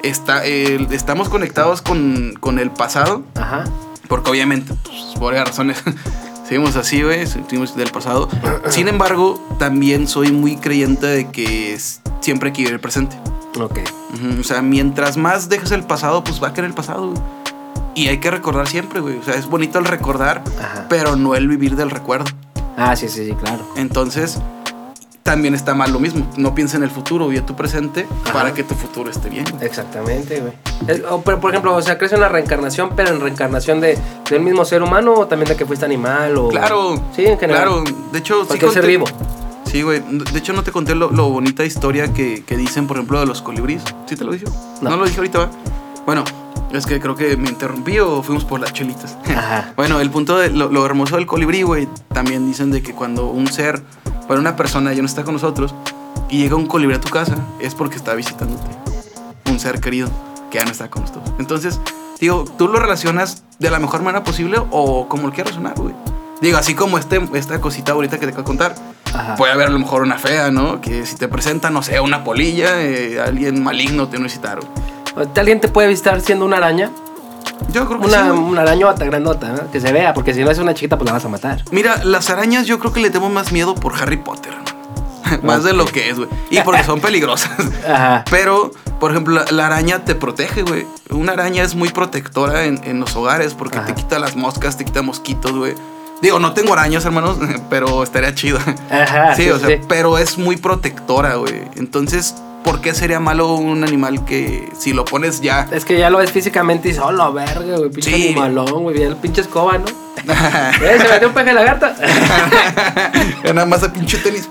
C: está, eh, estamos conectados con, con el pasado,
B: Ajá.
C: porque obviamente, pues, por varias razones, [laughs] seguimos así, güey, seguimos del pasado. Sin embargo, también soy muy creyente de que s- siempre hay que vivir el presente.
B: Ok.
C: Ujú, O sea, mientras más dejes el pasado, pues va a quedar el pasado, güey. Y hay que recordar siempre, güey. O sea, es bonito el recordar,
B: Ajá.
C: pero no el vivir del recuerdo.
B: Ah, sí, sí, sí, claro.
C: Entonces, también está mal lo mismo. No piensa en el futuro, vive tu presente
B: Ajá.
C: para que tu futuro esté bien. güey.
B: Exactamente, güey. Es- o, pero, por ejemplo, o sea, ¿crees en la reencarnación, pero en reencarnación de, del mismo ser humano o también de que fuiste animal o...
C: Claro.
B: Sí, en general.
C: Claro. De hecho, sí
B: Cualquier ser
C: conté-
B: vivo.
C: Sí, güey. De hecho, no te conté lo, lo bonita historia que, que dicen, por ejemplo, de los colibríes. ¿Sí te lo dije?
B: No.
C: No, lo dije ahorita, va. Bueno, es que creo que me interrumpí o fuimos por las chelitas. [laughs]
B: Ajá.
C: bueno, el punto de lo, lo hermoso del colibrí, güey, también dicen de que cuando un ser, bueno, una persona ya no está con nosotros y llega un colibrí a tu casa, es porque está visitándote. Un ser querido que ya no está con nosotros. Entonces, digo, tú lo relacionas de la mejor manera posible o como lo quieras sonar, güey. Digo, así como este, esta cosita ahorita que te acabo de contar,
B: Ajá.
C: Puede haber a lo mejor una fea, ¿no? Que si te presenta, no sé, una polilla, eh, alguien maligno te necesitaron.
B: Alguien te puede visitar siendo una araña.
C: Yo creo que sí,
B: Una,
C: güey.
B: una arañota grandota, ¿no? Que se vea, porque si no es una chiquita, pues la vas a matar.
C: Mira, las arañas yo creo que le temo más miedo por Harry Potter, ¿no? [laughs] más de lo que es, güey. Y porque son peligrosas.
B: Ajá.
C: Pero, por ejemplo, la, la araña te protege, güey. Una araña es muy protectora en, en los hogares porque
B: Ajá.
C: te quita las moscas, te quita mosquitos, güey. Digo, no tengo arañas, hermanos, [laughs] pero estaría chido.
B: Ajá.
C: [laughs] sí, o sea, pero es muy protectora, güey. Entonces, ¿por qué sería malo un animal que si lo pones ya? [laughs]
B: Es que ya lo ves físicamente y dices, hola, verga, güey, pinche
C: Sí.
B: animalón, güey, bien el pinche escoba, ¿no? Eh, se metió un peje de
C: [laughs]
B: lagarta.
C: Nada más a pinche tenis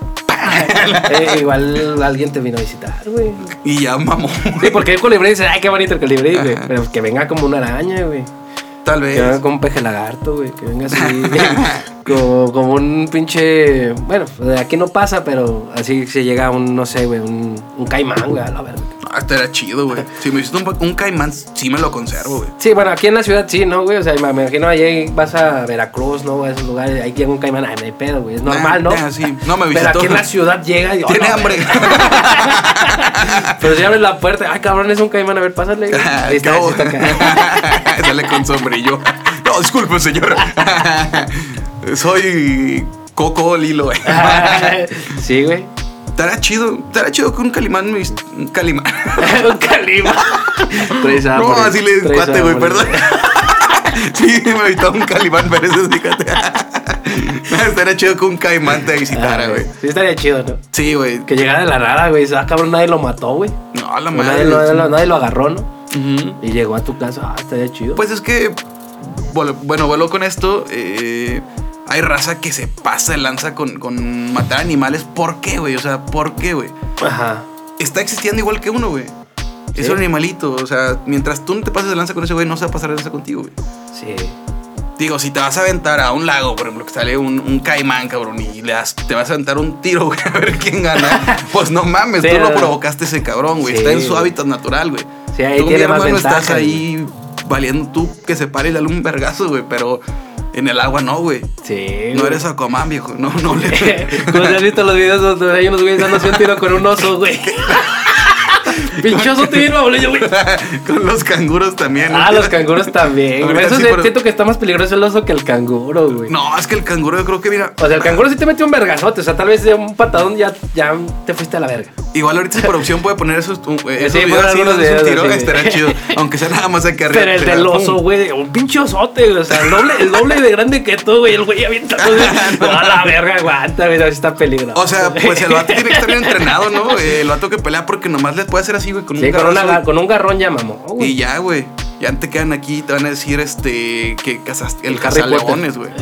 B: Eh, igual alguien te vino a visitar, güey.
C: y ya mamó.
B: Sí, porque el colibrí dice, ay, qué bonito el colibrí, güey.
C: Ajá. Pues.
B: Pero que venga como una araña, güey.
C: [laughs] Tal
B: Que venga
C: vez.
B: como un peje lagarto, güey. Que venga así, [laughs] como, como un pinche... Bueno, pues, aquí no pasa, pero así se llega un, no sé, güey, un, un caimán, güey, a la verga.
C: Hasta era Ah, chido, güey. Si me hiciste un, un caimán, sí me lo conservo, güey.
B: Sí, bueno, aquí en la ciudad sí, ¿no, güey? O sea, me me imagino allí vas a Veracruz, ¿no? A esos lugares, ahí llega un caimán, ay, no hay pedo, güey. Es normal, ¿no?
C: Nah, nah, sí. No me
B: Pero
C: visitó.
B: aquí en la ciudad llega y... oh,
C: Tiene
B: no,
C: hambre. [laughs]
B: güey. Pero si abres la puerta, ay, cabrón, es un caimán, a ver, pásale.
C: [laughs]
B: güey. Ahí está,
C: Acabo.
B: ahí está acá.
C: Ah, [laughs] Sale con sombrillo. No, disculpe, señor. [laughs] Soy Coco Lilo, güey.
B: Ah.
C: [laughs]
B: sí, güey. [laughs]
C: Estará chido, estará chido que un calimán me vis- un calimán.
B: un calimán. Tres
C: No,
B: árboles,
C: así le
B: Ah, tres
C: cuate,
B: árboles.
C: güey, perdón. [laughs] Sí, me avistó un calimán, pero eso es, fíjate. [laughs] Estaría chido que un caimán te visitara,
B: Ah,
C: güey.
B: Sí, estaría chido, ¿no?
C: Sí, güey.
B: Que llegara de la nada, güey. y dices, Ah, cabrón, nadie lo mató, güey.
C: No, a la
B: Nadie,
C: madre.
B: lo- lo- nadie lo agarró, ¿no?
C: Ujú.
B: Y llegó a tu casa, ah, estaría chido.
C: Pues es que, bueno, bueno, vuelvo con esto. eh, hay raza que se pasa de lanza con, con matar animales. ¿Por qué, güey? O sea, ¿por qué, güey?
B: Ajá.
C: Está existiendo igual que uno, güey. Es
B: Sí.
C: un animalito. O sea, mientras tú no te pases de lanza con ese güey, no se va a pasar de lanza contigo, güey.
B: Sí.
C: Digo, si te vas a aventar a un lago, por ejemplo, que sale un, un caimán, cabrón, y le das- te vas a aventar un tiro, [laughs] güey, a ver quién gana. Pues no mames,
B: Sí,
C: tú
B: no.
C: lo provocaste ese cabrón, güey.
B: Sí,
C: Está en su
B: güey.
C: hábitat natural, güey.
B: Sí, ahí
C: tú, mi
B: tiene más
C: hermano,
B: ventaja.
C: estás ahí valiendo tú que se pare y dale un vergazo, güey, pero en el agua no, güey.
B: Sí.
C: No
B: güey. [laughs]
C: eres Aquaman, viejo. No, no le.
B: [laughs] Como se han visto los videos donde hay unos güeyes dándose un tiro con un oso, güey. Pinchosote bien baboleño, güey.
C: [laughs] Con los canguros también.
B: Ah, los canguros también. güey.
C: Ahorita
B: Eso
C: sí,
B: se-
C: pero-
B: siento que está más peligroso el oso que el canguro, güey.
C: [laughs] No, es que el canguro yo creo que mira.
B: O sea, el canguro sí te mete un vergazote. O sea, tal vez de un patadón ya, ya te fuiste a la verga.
C: Igual ahorita si por opción puede poner esos, tu- eh, esos
B: Sí, poner
C: videos así,
B: algunos
C: dándose un
B: videos
C: tiro,
B: así,
C: estará
B: güey.
C: chido. Aunque sea nada más aquí arriba.
B: Pero el
C: pegado,
B: del
C: ¡pum!
B: oso, güey, un pinche osote, güey. O sea, el doble, el doble de grande que tú, güey. El güey avienta todo.
C: [laughs]
B: No, a la verga, aguanta, güey. así está peligroso. [laughs]
C: O sea, pues el vato tiene que estar bien entrenado, ¿no? Eh, El vato que pelea porque nomás le puede hacer así, güey, con
B: Sí,
C: un
B: con, una
C: garrote.
B: ga- con un garrón ya mamó,
C: Y
B: güey.
C: ya, güey. Ya te quedan aquí y te van a decir este que cazaste el
B: Harry Potter.
C: cazaleones, güey. [laughs]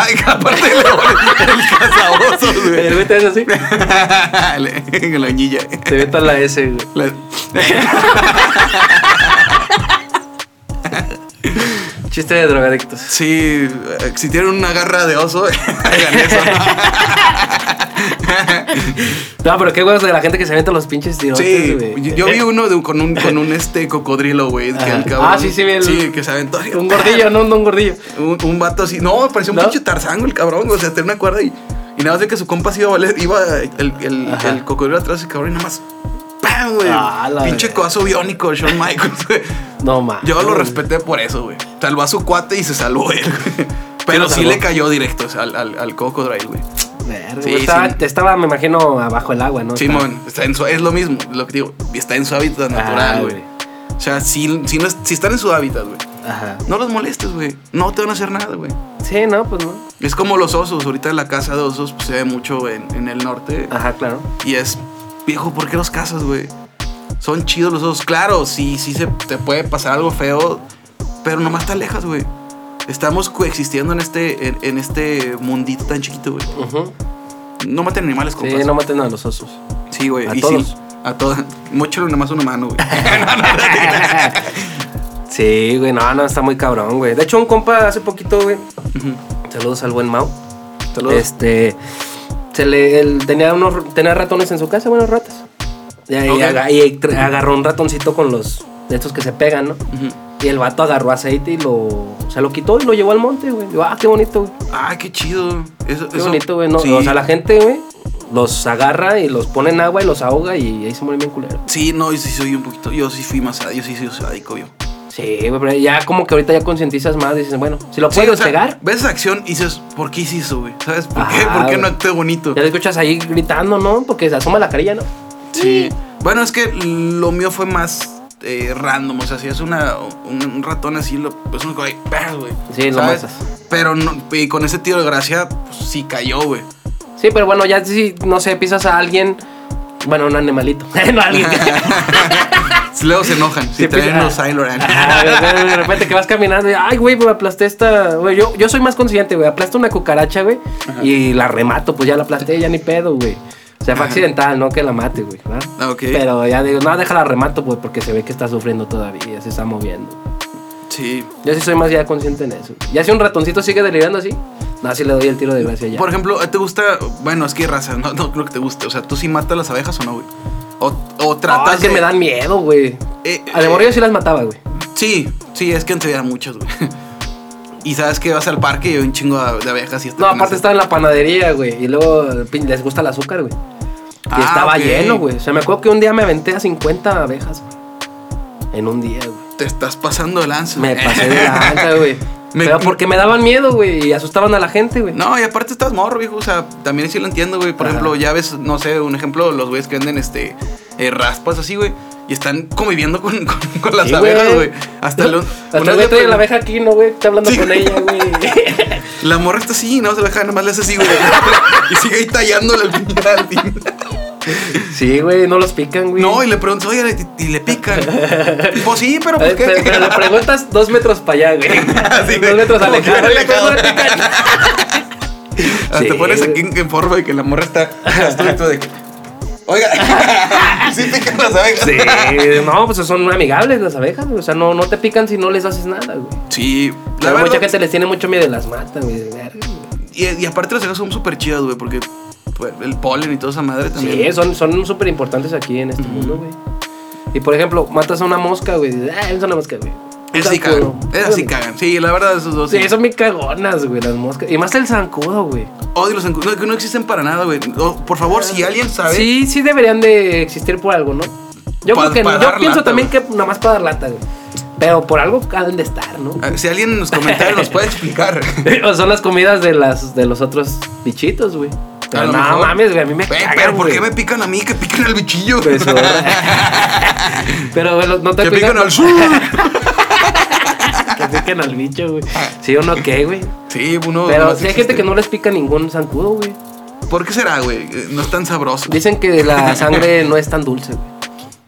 C: Ay, aparte de leones, el cazaosos,
B: [laughs]
C: [laughs]
B: El
C: güey.
B: güey te hace así.
C: Le- [laughs] la oñilla.
B: Te ve toda la S, güey.
C: La-
B: Chiste de drogadictos.
C: Sí, eh, si tienen una garra de oso, [laughs] hagan eso, ¿no?
B: No, pero qué huevos de la gente que se avienta los pinches tirotes,
C: Sí,
B: güey.
C: yo, yo vi uno de- con un con un este cocodrilo, güey, que
B: Ajá.
C: el cabrón-
B: Ah, sí, sí, vi el-
C: Sí, que se aventó. así,
B: Eh, Un gordillo, no, no un gordillo.
C: Un, un vato así. No, parecía un
B: ¿No?
C: pinche tarzango el cabrón, güey. O sea, tenía una cuerda y, y nada más de que su compa se iba a valer. Iba el, el,
B: Ajá.
C: el cocodrilo atrás y cabrón y nada más. ¡Pam, güey!
B: Ah, la
C: pinche
B: verga.
C: codazo biónico,
B: [laughs]
C: Shawn Michaels, güey.
B: No, ma.
C: Yo lo respeté por eso, güey. Salvó a su cuate y se salvó
B: [laughs]
C: él, güey.
B: Sí
C: Pero
B: lo
C: sí
B: salvó.
C: le cayó directo o sea, al, al, al cocodrilo, güey.
B: Verga,
C: Sí,
B: güey, estaba,
C: sí.
B: estaba, me imagino, abajo el agua, ¿no?
C: Simón, está en su, es lo mismo, lo que digo. Está en su hábitat
B: Estaba-
C: natural,
B: Ah,
C: güey. O sea, si, si, no es- si están en su hábitat, güey.
B: Ajá.
C: No los molestes, güey. No te van a hacer nada, güey.
B: Sí, no, pues no.
C: Es como los osos, ahorita la caza de osos pues, se ve mucho en, en el norte.
B: Ajá, claro.
C: Y es, viejo, ¿por qué los cazas, güey? Son chidos los osos. Claro, sí, sí se, te puede pasar algo feo, pero nomás te alejas, güey. Estamos coexistiendo en este, en, en este mundito tan chiquito, güey.
B: Ujú.
C: No maten animales,
B: Sí,
C: compas.
B: no maten a los osos.
C: Sí, güey.
B: a
C: y
B: todos.
C: Sí, a todos. [laughs] Mucho nomás un
B: [laughs]
C: humano, güey.
B: Sí, güey, no, no, está muy cabrón, güey. De hecho, un compa hace poquito, güey,
C: Ujú.
B: saludos al buen Mau.
C: Saludos.
B: Este, se le, él tenía unos, tenía ratones en su casa, bueno, ratas. Y, ahí
C: Ok.
B: aga- y tra- agarró un ratoncito con los, de estos que se pegan, ¿no?
C: Ujú.
B: Y el vato agarró aceite y lo, se lo quitó y lo llevó al monte, güey. Yo, ah, qué bonito, güey.
C: Ah, qué chido. Eso,
B: Qué
C: eso-
B: bonito, güey. No,
C: sí.
B: O sea, la gente, güey, los agarra y los pone en agua y los ahoga y ahí se mueren bien culeros.
C: Sí, no, yo sí soy un poquito. Yo sí fui más. Yo sí soy sádico, yo.
B: Sí, güey, pero ya como que ahorita ya concientizas más, dices, bueno, si lo
C: Sí,
B: puedo
C: o sea,
B: pegar,
C: ves esa acción y dices, ¿por qué hice eso, güey? ¿Sabes? ¿Por
B: Ajá,
C: qué? ¿Por qué
B: Ah, güey.
C: no actué bonito?
B: ya lo escuchas ahí gritando, ¿no? Porque se asoma la carilla, ¿no?
C: Sí. Bueno, es que lo mío fue más eh, random. O sea, si es una, un, un ratón así, lo, pues un güey, ¡pah! güey.
B: Sí, lo
C: ¿Sabes?
B: matas.
C: Pero no, y con ese tiro de gracia, pues, sí cayó, güey.
B: Sí, pero bueno, ya si, no sé, pisas a alguien, bueno, un animalito, [laughs] no alguien.
C: [laughs] Luego
B: [laughs]
C: se enojan. Si
B: Sí, pues,
C: traen
B: ah.
C: los Ailoran.
B: [laughs] Ah, de- de repente que vas caminando y, ay, güey, me aplasté esta. Güey, yo, yo soy más consciente, güey. Aplasto una cucaracha, güey, y la remato, pues ya la aplasté, ya ni pedo, güey. O sea, fue accidental, no que la mate, güey. ¿verdad?
C: Ah, ok.
B: Pero ya digo, no, déjala remato, güey, porque se ve que está sufriendo todavía, se está moviendo.
C: Sí.
B: Yo sí soy más ya consciente en eso. Ya si un ratoncito sigue delirando así, no, así le doy el tiro de gracia ya.
C: Por ejemplo, ¿te gusta? Bueno, es que hay razas, no, no creo que te guste. O sea, ¿tú sí matas las abejas o no, güey? O, o
B: No,
C: tratas
B: Ah, es que
C: de-
B: me dan miedo, güey.
C: Eh,
B: A de
C: eh,
B: morrillo sí las mataba, güey.
C: Sí, sí, es que antes eran muchos, güey. Y sabes que vas al parque y hay un chingo de de abejas y
B: No, aparte
C: está
B: estaba en la panadería, güey. Y luego pin, les gusta el azúcar, güey. Y
C: Ah,
B: estaba
C: ok.
B: lleno, güey. O sea, me acuerdo que un día me aventé a 50 abejas, güey. En un día, güey.
C: Te estás pasando de lanza.
B: Me pasé de lanza, güey.
C: Me-
B: Pero porque me daban miedo, güey. Y asustaban a la gente, güey.
C: [laughs] No, y aparte estás morro, viejo. O sea, también sí lo entiendo, güey. Por
B: Ajá.
C: ejemplo, ya ves, no sé, un ejemplo, los güeyes que venden este eh, raspas así, güey. Y están conviviendo con, [laughs] con, con las
B: Sí,
C: abejas,
B: güey.
C: güey. Hasta lo.
B: [laughs] Hasta
C: una
B: el güey
C: vez le
B: trae
C: pregun-
B: la abeja aquí, ¿no, güey? Está hablando
C: Sí.
B: con ella,
C: [laughs]
B: güey.
C: La morra está así, no se la deja, nomás le hace así, güey. [laughs] y sigue ahí tallándole al pinche al
B: [laughs]
C: pinche.
B: sí, güey. No los pican, güey.
C: No, y le preguntas, oye, y, y
B: [laughs]
C: le pican. pues sí, pero ¿por
B: Eh,
C: qué?
B: Pero, pero le preguntas dos metros para allá,
C: [laughs]
B: güey.
C: Sí,
B: dos metros
C: como que
B: alejado. [laughs]
C: alejado.
B: No le pican.
C: Hasta
B: Sí,
C: Ah, te pones
B: güey.
C: aquí en, en forma de que la morra está. estoy todo de que, Oiga, [laughs] sí pican las abejas.
B: Sí, no, pues son amigables las abejas, güey. O sea, no, no te pican si no les haces nada, güey.
C: Sí, la
B: Pero mucha
C: verdad.
B: gente les tiene mucho miedo y las matan, güey. de verga, güey.
C: Y, y aparte las abejas son súper chidas, güey, porque pues, el polen y toda esa madre también.
B: Sí, son son súper importantes aquí en este mundo, güey. Y por ejemplo, matas a una mosca, güey. dices, Ah, es una mosca, güey.
C: Esas
B: Un
C: sí cagan.
B: zancudo.
C: Esas sí cagan. Sí, la verdad, esos dos. Sí,
B: Sí, son bien cagonas, güey, las moscas. Y más el zancudo, güey.
C: Odio los zancudos. Oh, No, que no existen para nada, güey. No, por favor, si alguien sabe.
B: Sí, sí deberían de existir por algo, ¿no? Yo
C: Pa-
B: creo que
C: para
B: yo
C: dar
B: pienso
C: lata,
B: también
C: güey.
B: que nada más para dar lata, güey. Pero por algo han de estar, ¿no?
C: Ah, Si alguien en los comentarios nos
B: [laughs]
C: puede explicar.
B: O son las comidas de las de los otros bichitos, güey.
C: A
B: Pero
C: lo
B: no
C: mejor.
B: mames, güey, a mí me
C: Güey,
B: cagan,
C: pero ¿por qué
B: güey.
C: me pican a mí? Que pican al bichillo. [laughs]
B: Pues, o- Pero güey, los- no te
C: que
B: pican-
C: pican al sur.
B: [laughs] que pican al bicho, güey. Sí o no qué,
C: [laughs]
B: güey.
C: sí, uno.
B: Pero
C: uno
B: si hay
C: existe.
B: gente que no les pica ningún zancudo, güey.
C: ¿Por qué será, güey? Eh, No es tan sabroso.
B: Dicen que
C: [laughs]
B: la sangre no es tan dulce, güey.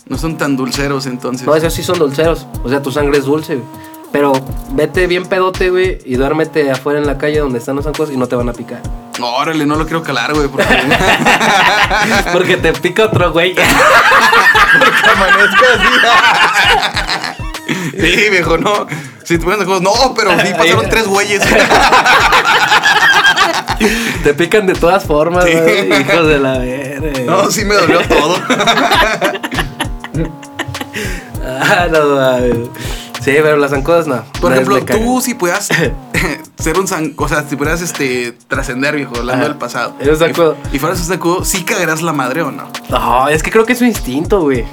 C: No son tan dulceros entonces.
B: No, esos sí son dulceros. O sea, tu sangre es dulce, güey. Pero vete bien pedote, güey, y duérmete afuera en la calle donde están los zancudos y no te van a
C: [laughs]
B: picar.
C: Órale, no lo quiero calar,
B: [laughs]
C: güey. Porque
B: Porque te pica otro, güey.
C: amanezco así. [laughs] sí, viejo, no. Si te pones juegos, no, pero sí pasaron
B: [laughs]
C: tres güeyes.
B: te pican de todas formas,
C: Sí.
B: güey. Hijos de la verga.
C: no, sí me dolió
B: [laughs]
C: todo.
B: Ah, no, mames. Sí, pero las zancudas no.
C: Por
B: No,
C: ejemplo,
B: me cagan.
C: tú
B: [laughs]
C: si pudieras [laughs] ser un san... O sea, si pudieras este, trascender, viejo, hablando
B: Ajá.
C: del pasado.
B: Eres zancudo.
C: Y, y fueras un zancudo, ¿sí cagarás la madre o no?
B: No, es que creo que es su instinto, güey.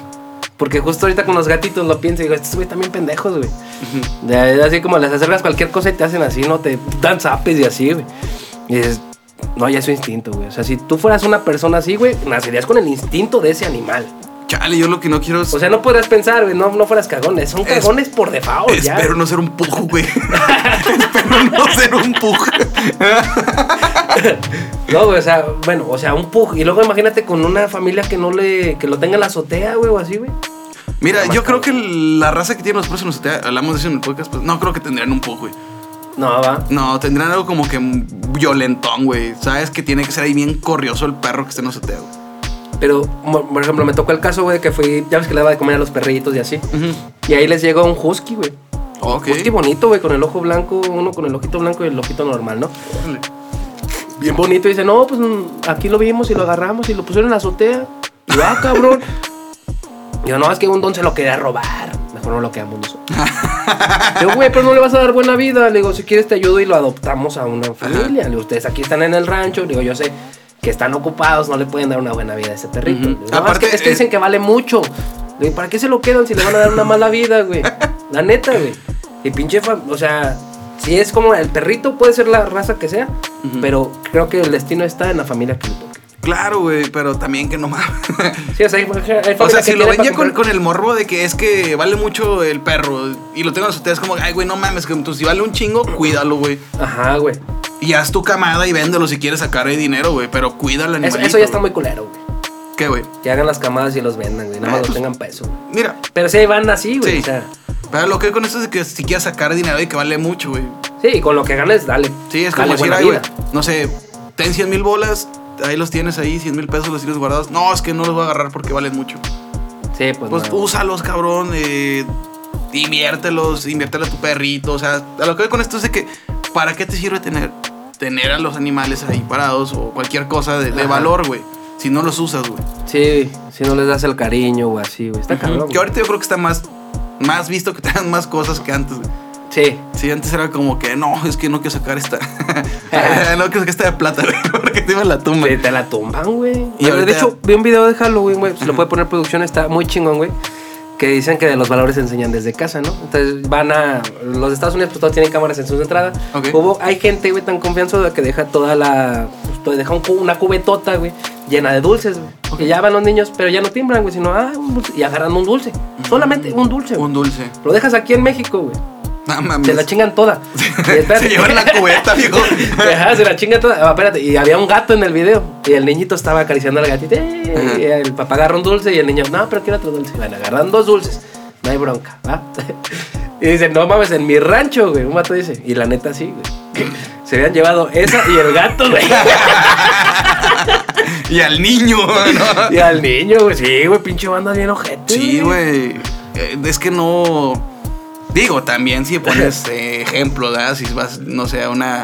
B: Porque justo ahorita con los gatitos lo pienso y digo, estos güey también pendejos, güey. De- de Así como les acercas cualquier cosa y te hacen así, ¿no? Te dan zapes y así, güey. Y dices, no, ya es su instinto, güey. O sea, si tú fueras una persona así, güey, nacerías con el instinto de ese animal.
C: Chale, yo lo que no quiero es...
B: O sea, no podrías pensar, güey, no, no fueras cagones. Son
C: Es-
B: cagones por default, ya.
C: Espero no ser un pujo, güey. [laughs] Espero no ser un pujo.
B: No, güey, o sea, bueno, o sea, un pug. Y luego imagínate con una familia que no le, que lo tenga en la azotea, güey, o así, güey.
C: Mira,
B: Nada más
C: yo creo
B: cabrón.
C: que la raza que tiene los perros en los hoteles, hablamos de eso en el podcast, pues no creo que tendrían un pujo, güey.
B: No, va.
C: No, tendrán algo como que violentón, güey. Sabes que tiene que ser ahí bien corrioso el perro que esté en hotel, güey.
B: Pero, mo- por ejemplo, me tocó el caso, güey, que fui, ya ves que le daba de comer a los perritos y así. Y ahí les llegó un husky, güey.
C: Ok.
B: Husky bonito, güey, con el ojo blanco, uno con el ojito blanco y el ojito normal, ¿no?
C: Órale.
B: Bien bonito. Y dice, no, pues mm, aquí lo vimos y lo agarramos y lo pusieron en la azotea. Y yo, ah, cabrón. Y yo, no, es que un don se lo quería robar. Mejor no lo quedamos nosotros. Le digo, güey, pero no le vas a dar buena vida. Le digo, si quieres te ayudo y lo adoptamos a una familia. Le digo, ustedes aquí están en el rancho. Le digo, yo sé que están ocupados, no le pueden dar una buena vida a ese perrito.
C: Ujú.
B: Le digo, "No,
C: Aparte,
B: es que, es que
C: eh,
B: dicen que vale mucho. Le digo, ¿para qué se lo quedan si le van a dar una mala vida, güey? La neta, güey. Y pinche, fam- o sea, si es como el perrito, puede ser la raza que sea, pero creo que el destino está en la familia que le toque.
C: Claro, güey, pero también que
B: [laughs]
C: no mames.
B: Sí, o sea, hay, hay familias
C: O sea,
B: que
C: si lo
B: tienen
C: ven
B: para
C: ya con,
B: comprar-
C: con el morbo de que es que vale mucho el perro y lo tengan ustedes como, ay, güey, no mames, que tú, si vale un chingo, cuídalo, güey.
B: Ajá, güey.
C: Y haz tu camada y véndelo si quieres sacar ahí dinero, güey, pero cuida al
B: Eso,
C: animalito.
B: eso ya está
C: güey.
B: muy culero, güey.
C: ¿Qué, güey?
B: Que hagan las camadas y los vendan, güey. Nada
C: Ah,
B: más lo
C: pues-
B: tengan peso. güey.
C: Mira,
B: Pero si ahí van así, güey.
C: Sí.
B: O sea,
C: pero lo que con esto es que si quieres sacar dinero y que vale mucho, güey.
B: sí, y con lo que ganes, dale.
C: Sí, es
B: dale
C: como decir,
B: buena
C: ay, güey,
B: vida.
C: no sé, ten 100 mil bolas, ahí los tienes ahí, 100 mil pesos los tienes guardados. No, es que no los voy a agarrar porque valen mucho.
B: Sí, pues,
C: Pues
B: no.
C: úsalos, cabrón. Eh, inviértelos, inviértelo a tu perrito. O sea, a lo que voy con esto es de que, ¿para qué te sirve tener, tener a los animales ahí parados o cualquier cosa de, de
B: Ajá.
C: valor, güey? Si no los usas, güey.
B: Sí, si no les das el cariño o así, güey. Está cabrón.
C: Que
B: güey.
C: ahorita yo creo que está más, más visto que tengan más cosas que antes. güey.
B: Sí.
C: Sí, antes era como que no, es que no quiero sacar
B: [laughs]
C: esta.
B: Eh.
C: [laughs] no quiero sacar esta de plata, güey, porque te iba a la tumba.
B: Te, te la tumban, güey.
C: Y
B: De-
C: ahorita-
B: De hecho, vi un video de Halloween, güey. Se lo puede poner producción, está muy chingón, güey. Que dicen que de los valores se enseñan desde casa, ¿no? Entonces van a. Los Estados Unidos, pues todos tienen cámaras en sus entradas.
C: Ok.
B: Hubo, hay gente, güey, tan confianzuda que deja toda la. pues, to- deja un cu- una cubetota, güey, llena de dulces, güey. Que ya van los niños, pero ya no timbran, güey, sino, ah, un dulce. Y agarran un dulce. Solamente un dulce, güey.
C: Mm. Un dulce.
B: Lo dejas aquí en México, güey.
C: No mames.
B: Se la chingan toda. Y espérate.
C: [laughs] Se llevan la
B: [laughs]
C: cubeta, viejo.
B: Ajá, se la chinga toda. Ah, espérate, y había un gato en el video. Y el niñito estaba acariciando al gatito. ¡eh!
C: Ajá.
B: Y el papá agarra un dulce y el niño, no, pero quiero otro dulce. Y van, agarran dos dulces. No hay bronca, ¿va? [laughs] Y dice, no mames, en mi rancho, güey. Un vato dice. Y la neta sí, güey. Se habían llevado esa y el gato, güey.
C: Y al niño, ¿no?
B: Y al niño, güey. Sí, güey, pinche banda bien ojete.
C: Sí, güey. Eh, Es que no. Digo, también
B: [laughs]
C: si pones eh, ejemplo, ¿verdad? Si vas, no sé, a una.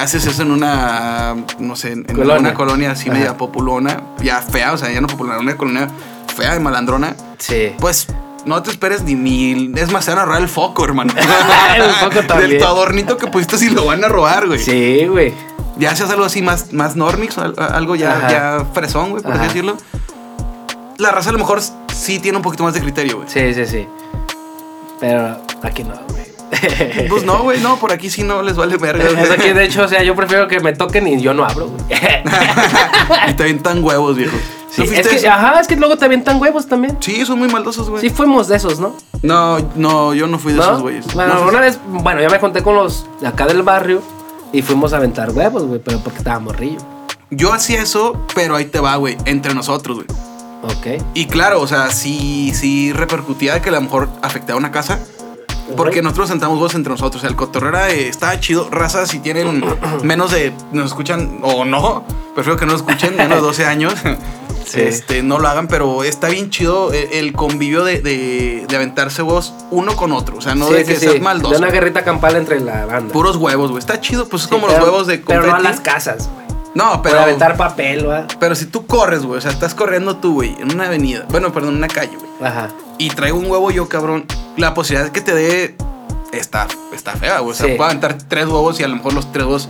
C: Haces eso en una. No sé, en
B: Colonia.
C: una colonia así
B: Ajá.
C: media populona, ya fea, o sea, ya no popular, una colonia fea y malandrona,
B: Sí.
C: pues. No te esperes ni mil. Es más, se van a robar el foco, hermano.
B: [laughs] El foco
C: Del
B: también.
C: tu adornito que pusiste si lo van a robar, güey.
B: Sí, güey.
C: Ya haces algo así más, más normix, al- algo ya,
B: Ajá.
C: ya fresón, güey, por así
B: Ajá.
C: decirlo. La raza a lo mejor s- sí tiene un poquito más de criterio, güey.
B: Sí, sí, sí. Pero aquí no, güey.
C: Pues no, güey, no, por aquí sí no les vale verga.
B: [laughs]
C: güey.
B: Es aquí, de hecho, [laughs] o sea, yo prefiero que me toquen y yo no abro, güey. [laughs]
C: Y te avientan huevos, viejo.
B: Sí,
C: ¿No
B: es
C: fuiste
B: que,
C: eso?
B: ajá, es que luego te avientan huevos también.
C: Sí, son muy maldosos, güey.
B: Sí fuimos de esos, ¿no?
C: No, no, yo no fui de
B: ¿No?
C: esos güeyes.
B: Bueno,
C: No fui-
B: una vez, bueno, yo me conté con los de acá del barrio y fuimos a aventar huevos, güey, pero porque estaba morrillo.
C: Yo hacía eso, pero ahí te va, güey, entre nosotros, güey.
B: Ok.
C: Y claro, o sea, sí, sí repercutía de que a lo mejor afectaba una casa. Porque
B: Ujú.
C: nosotros sentamos voz entre nosotros. O sea, el cotorrera eh, está chido. Raza,
B: [clears throat]
C: si tienen menos de. Nos escuchan o no. Prefiero que no nos escuchen, menos de 12 años. [laughs]
B: Sí.
C: Este, no lo hagan, pero está bien chido eh, el convivio de, de, de aventarse voz uno con otro. O sea, no
B: Sí, sí,
C: de que
B: sí.
C: seas maldoso.
B: De una guerrita campal entre la banda.
C: Puros huevos, güey. Está chido, pues es
B: Sí,
C: como
B: pero-
C: los huevos de
B: Pero no a
C: confeti.
B: las casas, güey.
C: No,
B: Pero
C: pero.
B: aventar papel, güey.
C: Pero si tú corres, güey, o sea, estás corriendo tú, güey, en una avenida, bueno, perdón, en una calle, güey,
B: Ajá.
C: y traigo un huevo yo, cabrón, la posibilidad que te dé está, está fea, güey. O sea,
B: Sí.
C: puedo aventar tres huevos y a lo mejor los tres huevos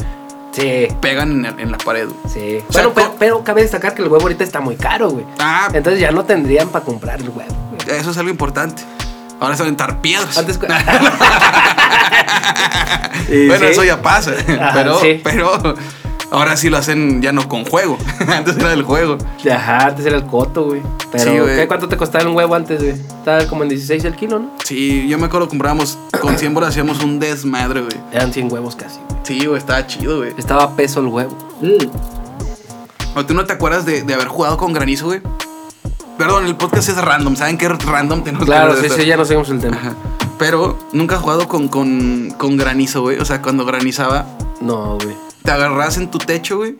B: Sí.
C: pegan en, el- en la pared, güey.
B: Sí.
C: O sea,
B: bueno, pero,
C: co-
B: pero cabe destacar que el huevo ahorita está muy caro, güey.
C: Ah,
B: Entonces ya no tendrían para comprar el
C: [laughs]
B: huevo. güey.
C: eso es algo importante. Ahora es aventar piedras.
B: Antes cu- Y [laughs]
C: bueno,
B: sí.
C: eso ya pasa, [laughs]
B: Ajá,
C: pero,
B: sí.
C: pero ahora sí lo hacen ya no con juego. [laughs] Antes era del juego.
B: Ajá, antes era el coto, güey. Pero,
C: Sí, güey.
B: ¿qué, ¿cuánto te costaba un huevo antes, güey? Estaba como en 16 el kilo, ¿no?
C: Sí, yo me acuerdo comprábamos con 100 bolas hacíamos un desmadre, güey.
B: Eran 100 huevos casi, güey.
C: Sí, güey, estaba chido, güey.
B: Estaba a peso el huevo.
C: Mm. ¿O tú no te acuerdas de, de haber jugado con granizo, güey? Perdón, el podcast es random. ¿Saben qué random tenemos que
B: Claro,
C: hablar de
B: sí,
C: esto?
B: sí, ya no seguimos el tema.
C: Ajá. Pero nunca has jugado con, con, con granizo, güey. O sea, cuando granizaba,
B: No, güey.
C: te agarrabas en tu techo, güey.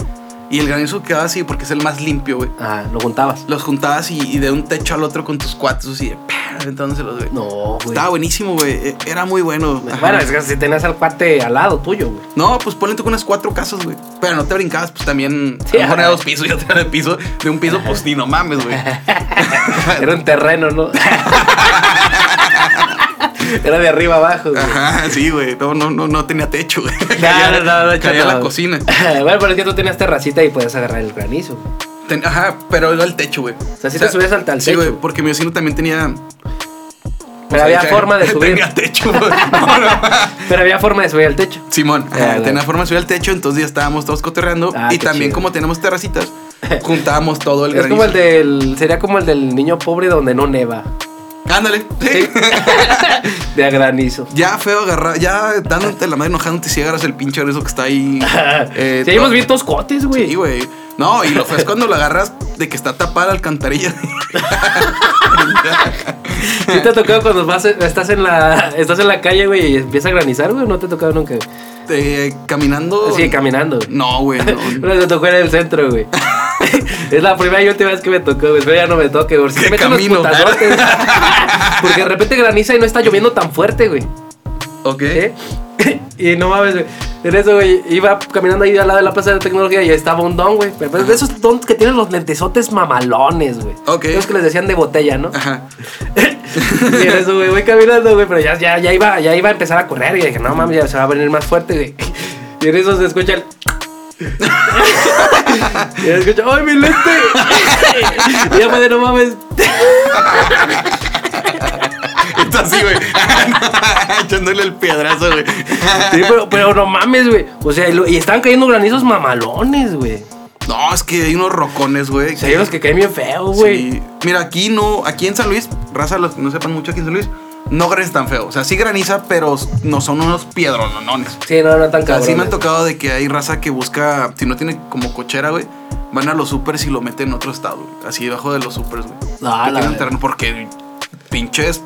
C: Y el granizo quedaba así porque es el más limpio, güey.
B: Ah, lo juntabas.
C: Los juntabas y, y de un techo al otro con tus cuates así de... ¡pah! aventándoselos, güey.
B: No, güey.
C: Estaba buenísimo, güey. E- Era muy bueno.
B: Bueno,
C: Ajá.
B: es que si tenías al cuate al lado tuyo, güey.
C: No, pues ponle tú con unas cuatro casas, güey. Pero no te brincabas, pues también...
B: Sí,
C: a lo mejor
B: ajá.
C: era dos pisos y otro era de piso. De un piso, pues ni no mames,
B: [laughs]
C: güey. Ah,
B: Era un terreno,
C: [laughs]
B: ¿no? Era de arriba abajo, güey.
C: Ajá, sí, güey. No, no, no, no tenía techo, güey.
B: No,
C: Caía-
B: no, no, no,
C: caía
B: chato.
C: la cocina.
B: [laughs] bueno, pero es que tú tenías terracita y podías agarrar el granizo. güey.
C: Ten- ajá, pero era el techo, güey.
B: sea, sí te subías al- al
C: Sí,
B: techo.
C: güey, porque mi vecino también tenía.
B: Pero
C: o sea,
B: había
C: tenía-
B: forma de subir.
C: [laughs] Tenía techo, güey. [laughs] No, no.
B: Pero había forma de subir al techo.
C: Simón, ajá,
B: Ya, la-
C: tenía forma de subir al techo, entonces ya estábamos todos cotorreando.
B: Ah,
C: y
B: qué
C: también,
B: chido.
C: como tenemos terracitas,
B: [laughs]
C: juntábamos todo el
B: Pues es
C: granizo.
B: como el del. Sería como el del niño pobre donde no neva.
C: Ándale, sí.
B: Sí. [laughs] de a granizo.
C: [laughs] Ya feo agarrar, ya dándote la madre enojándote si agarras el pinche eso que
B: [laughs]
C: está ahí. eh,
B: Si hemos
C: todo-
B: bien toscotes, güey.
C: Sí, güey. No, y lo feo es cuando lo agarras de que está tapada la alcantarilla. [laughs]
B: ¿Sí te ha tocado cuando vas, estás en la estás en la calle, güey, y empieza a granizar, güey? ¿No te ha tocado nunca?
C: Eh, caminando.
B: Así, caminando. güey.
C: No, güey, no.
B: [laughs] Pero te tocó en el centro,
C: [laughs]
B: güey. es la primera y última vez que me tocó, güey. Espero ya no me toque, güey. Si
C: ¿Qué
B: se meten
C: camino?
B: los
C: [laughs]
B: putazotes. Porque de repente graniza y no está lloviendo tan fuerte, güey.
C: ok.
B: ¿Eh? y no mames, güey. En eso, güey, iba caminando ahí al lado de la plaza de la tecnología y estaba un don, güey. Pero pues, de esos dons que tienen los lentesotes mamalones, güey.
C: Ok. Ah.
B: Esos que les decían de botella, ¿no?
C: Ajá.
B: Y en eso, güey, voy caminando, güey, pero ya, ya, ya, iba, ya iba a empezar a correr. Y dije, no mames, ya se va a venir más fuerte, güey. Y en eso se escucha el. [laughs] y se escucha, ¡ay, mi lente! [laughs] y ya, madre, no mames.
C: Está así, güey. [laughs] Echándole el piedrazo, güey.
B: Sí, pero, pero no mames, güey. O sea, y, lo- y estaban cayendo granizos mamalones, güey.
C: No, es que hay unos rocones, güey.
B: O sea, hay unos que caen bien feo, güey.
C: Sí. Mira, aquí no, aquí en San Luis, raza, los que no sepan mucho aquí en San Luis, no graniza tan feo. O sea, sí graniza, pero no son unos piedrononones.
B: Sí, no, no tan
C: O sea,
B: cabrón.
C: sí me han tocado de que hay raza que busca, si no tiene como cochera, güey, van a los supers y lo meten en otro estado, güey. Así debajo de los supers, güey.
B: Ah, la
C: Que tienen
B: verga.
C: terreno porque pinches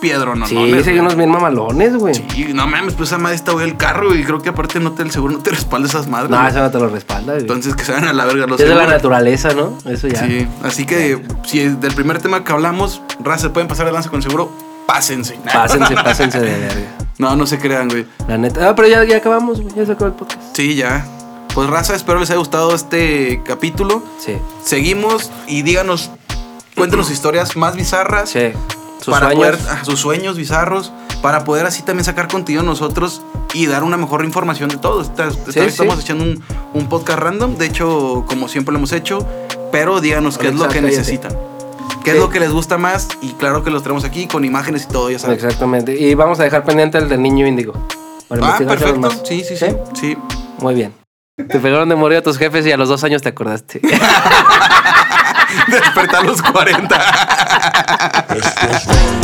C: piedrononones.
B: Sí, sí, hay
C: güey.
B: unos bien mamalones, güey.
C: Sí, no mames, pues esa madre está güey el carro y creo que aparte no te, el seguro no te respalda esas madres.
B: No,
C: güey.
B: eso no te lo respalda, güey.
C: Entonces que se van a la verga los
B: es de la
C: seguros.
B: naturaleza, ¿no? Eso ya.
C: Sí, así que si es del primer tema que hablamos, raza, se pueden pasar de lanza con el seguro, pásense.
B: Pásense, pásense de verga.
C: [laughs] No, no se crean, güey.
B: La neta. Ah, pero ya, ya acabamos, güey. Ya se acabó el podcast.
C: Sí, ya. Pues raza, espero les haya gustado este capítulo.
B: Sí.
C: Seguimos y díganos,
B: [clears throat]
C: cuéntenos historias más bizarras.
B: Sí. Sus
C: para
B: sueños.
C: poder- ajá, sus sueños bizarros, para poder así también sacar contenido nosotros y dar una mejor información de todo. Esta- esta
B: Sí,
C: vez
B: sí.
C: Estamos echando un, un podcast random, de hecho, como siempre lo hemos hecho, pero díganos qué es lo
B: Alexa,
C: que
B: cállate.
C: necesitan. qué
B: Sí.
C: es lo que les gusta más y claro que los traemos aquí con imágenes y todo, ya sabes.
B: Exactamente. Y vamos a dejar pendiente el del niño índigo. para
C: Ah,
B: investigarse
C: perfecto.
B: más.
C: Sí, sí, sí, sí.
B: Muy bien. Te pegaron de morir a tus jefes y a los dos años te acordaste.
C: [laughs] Despertar a los 40.
A: Esto es rock.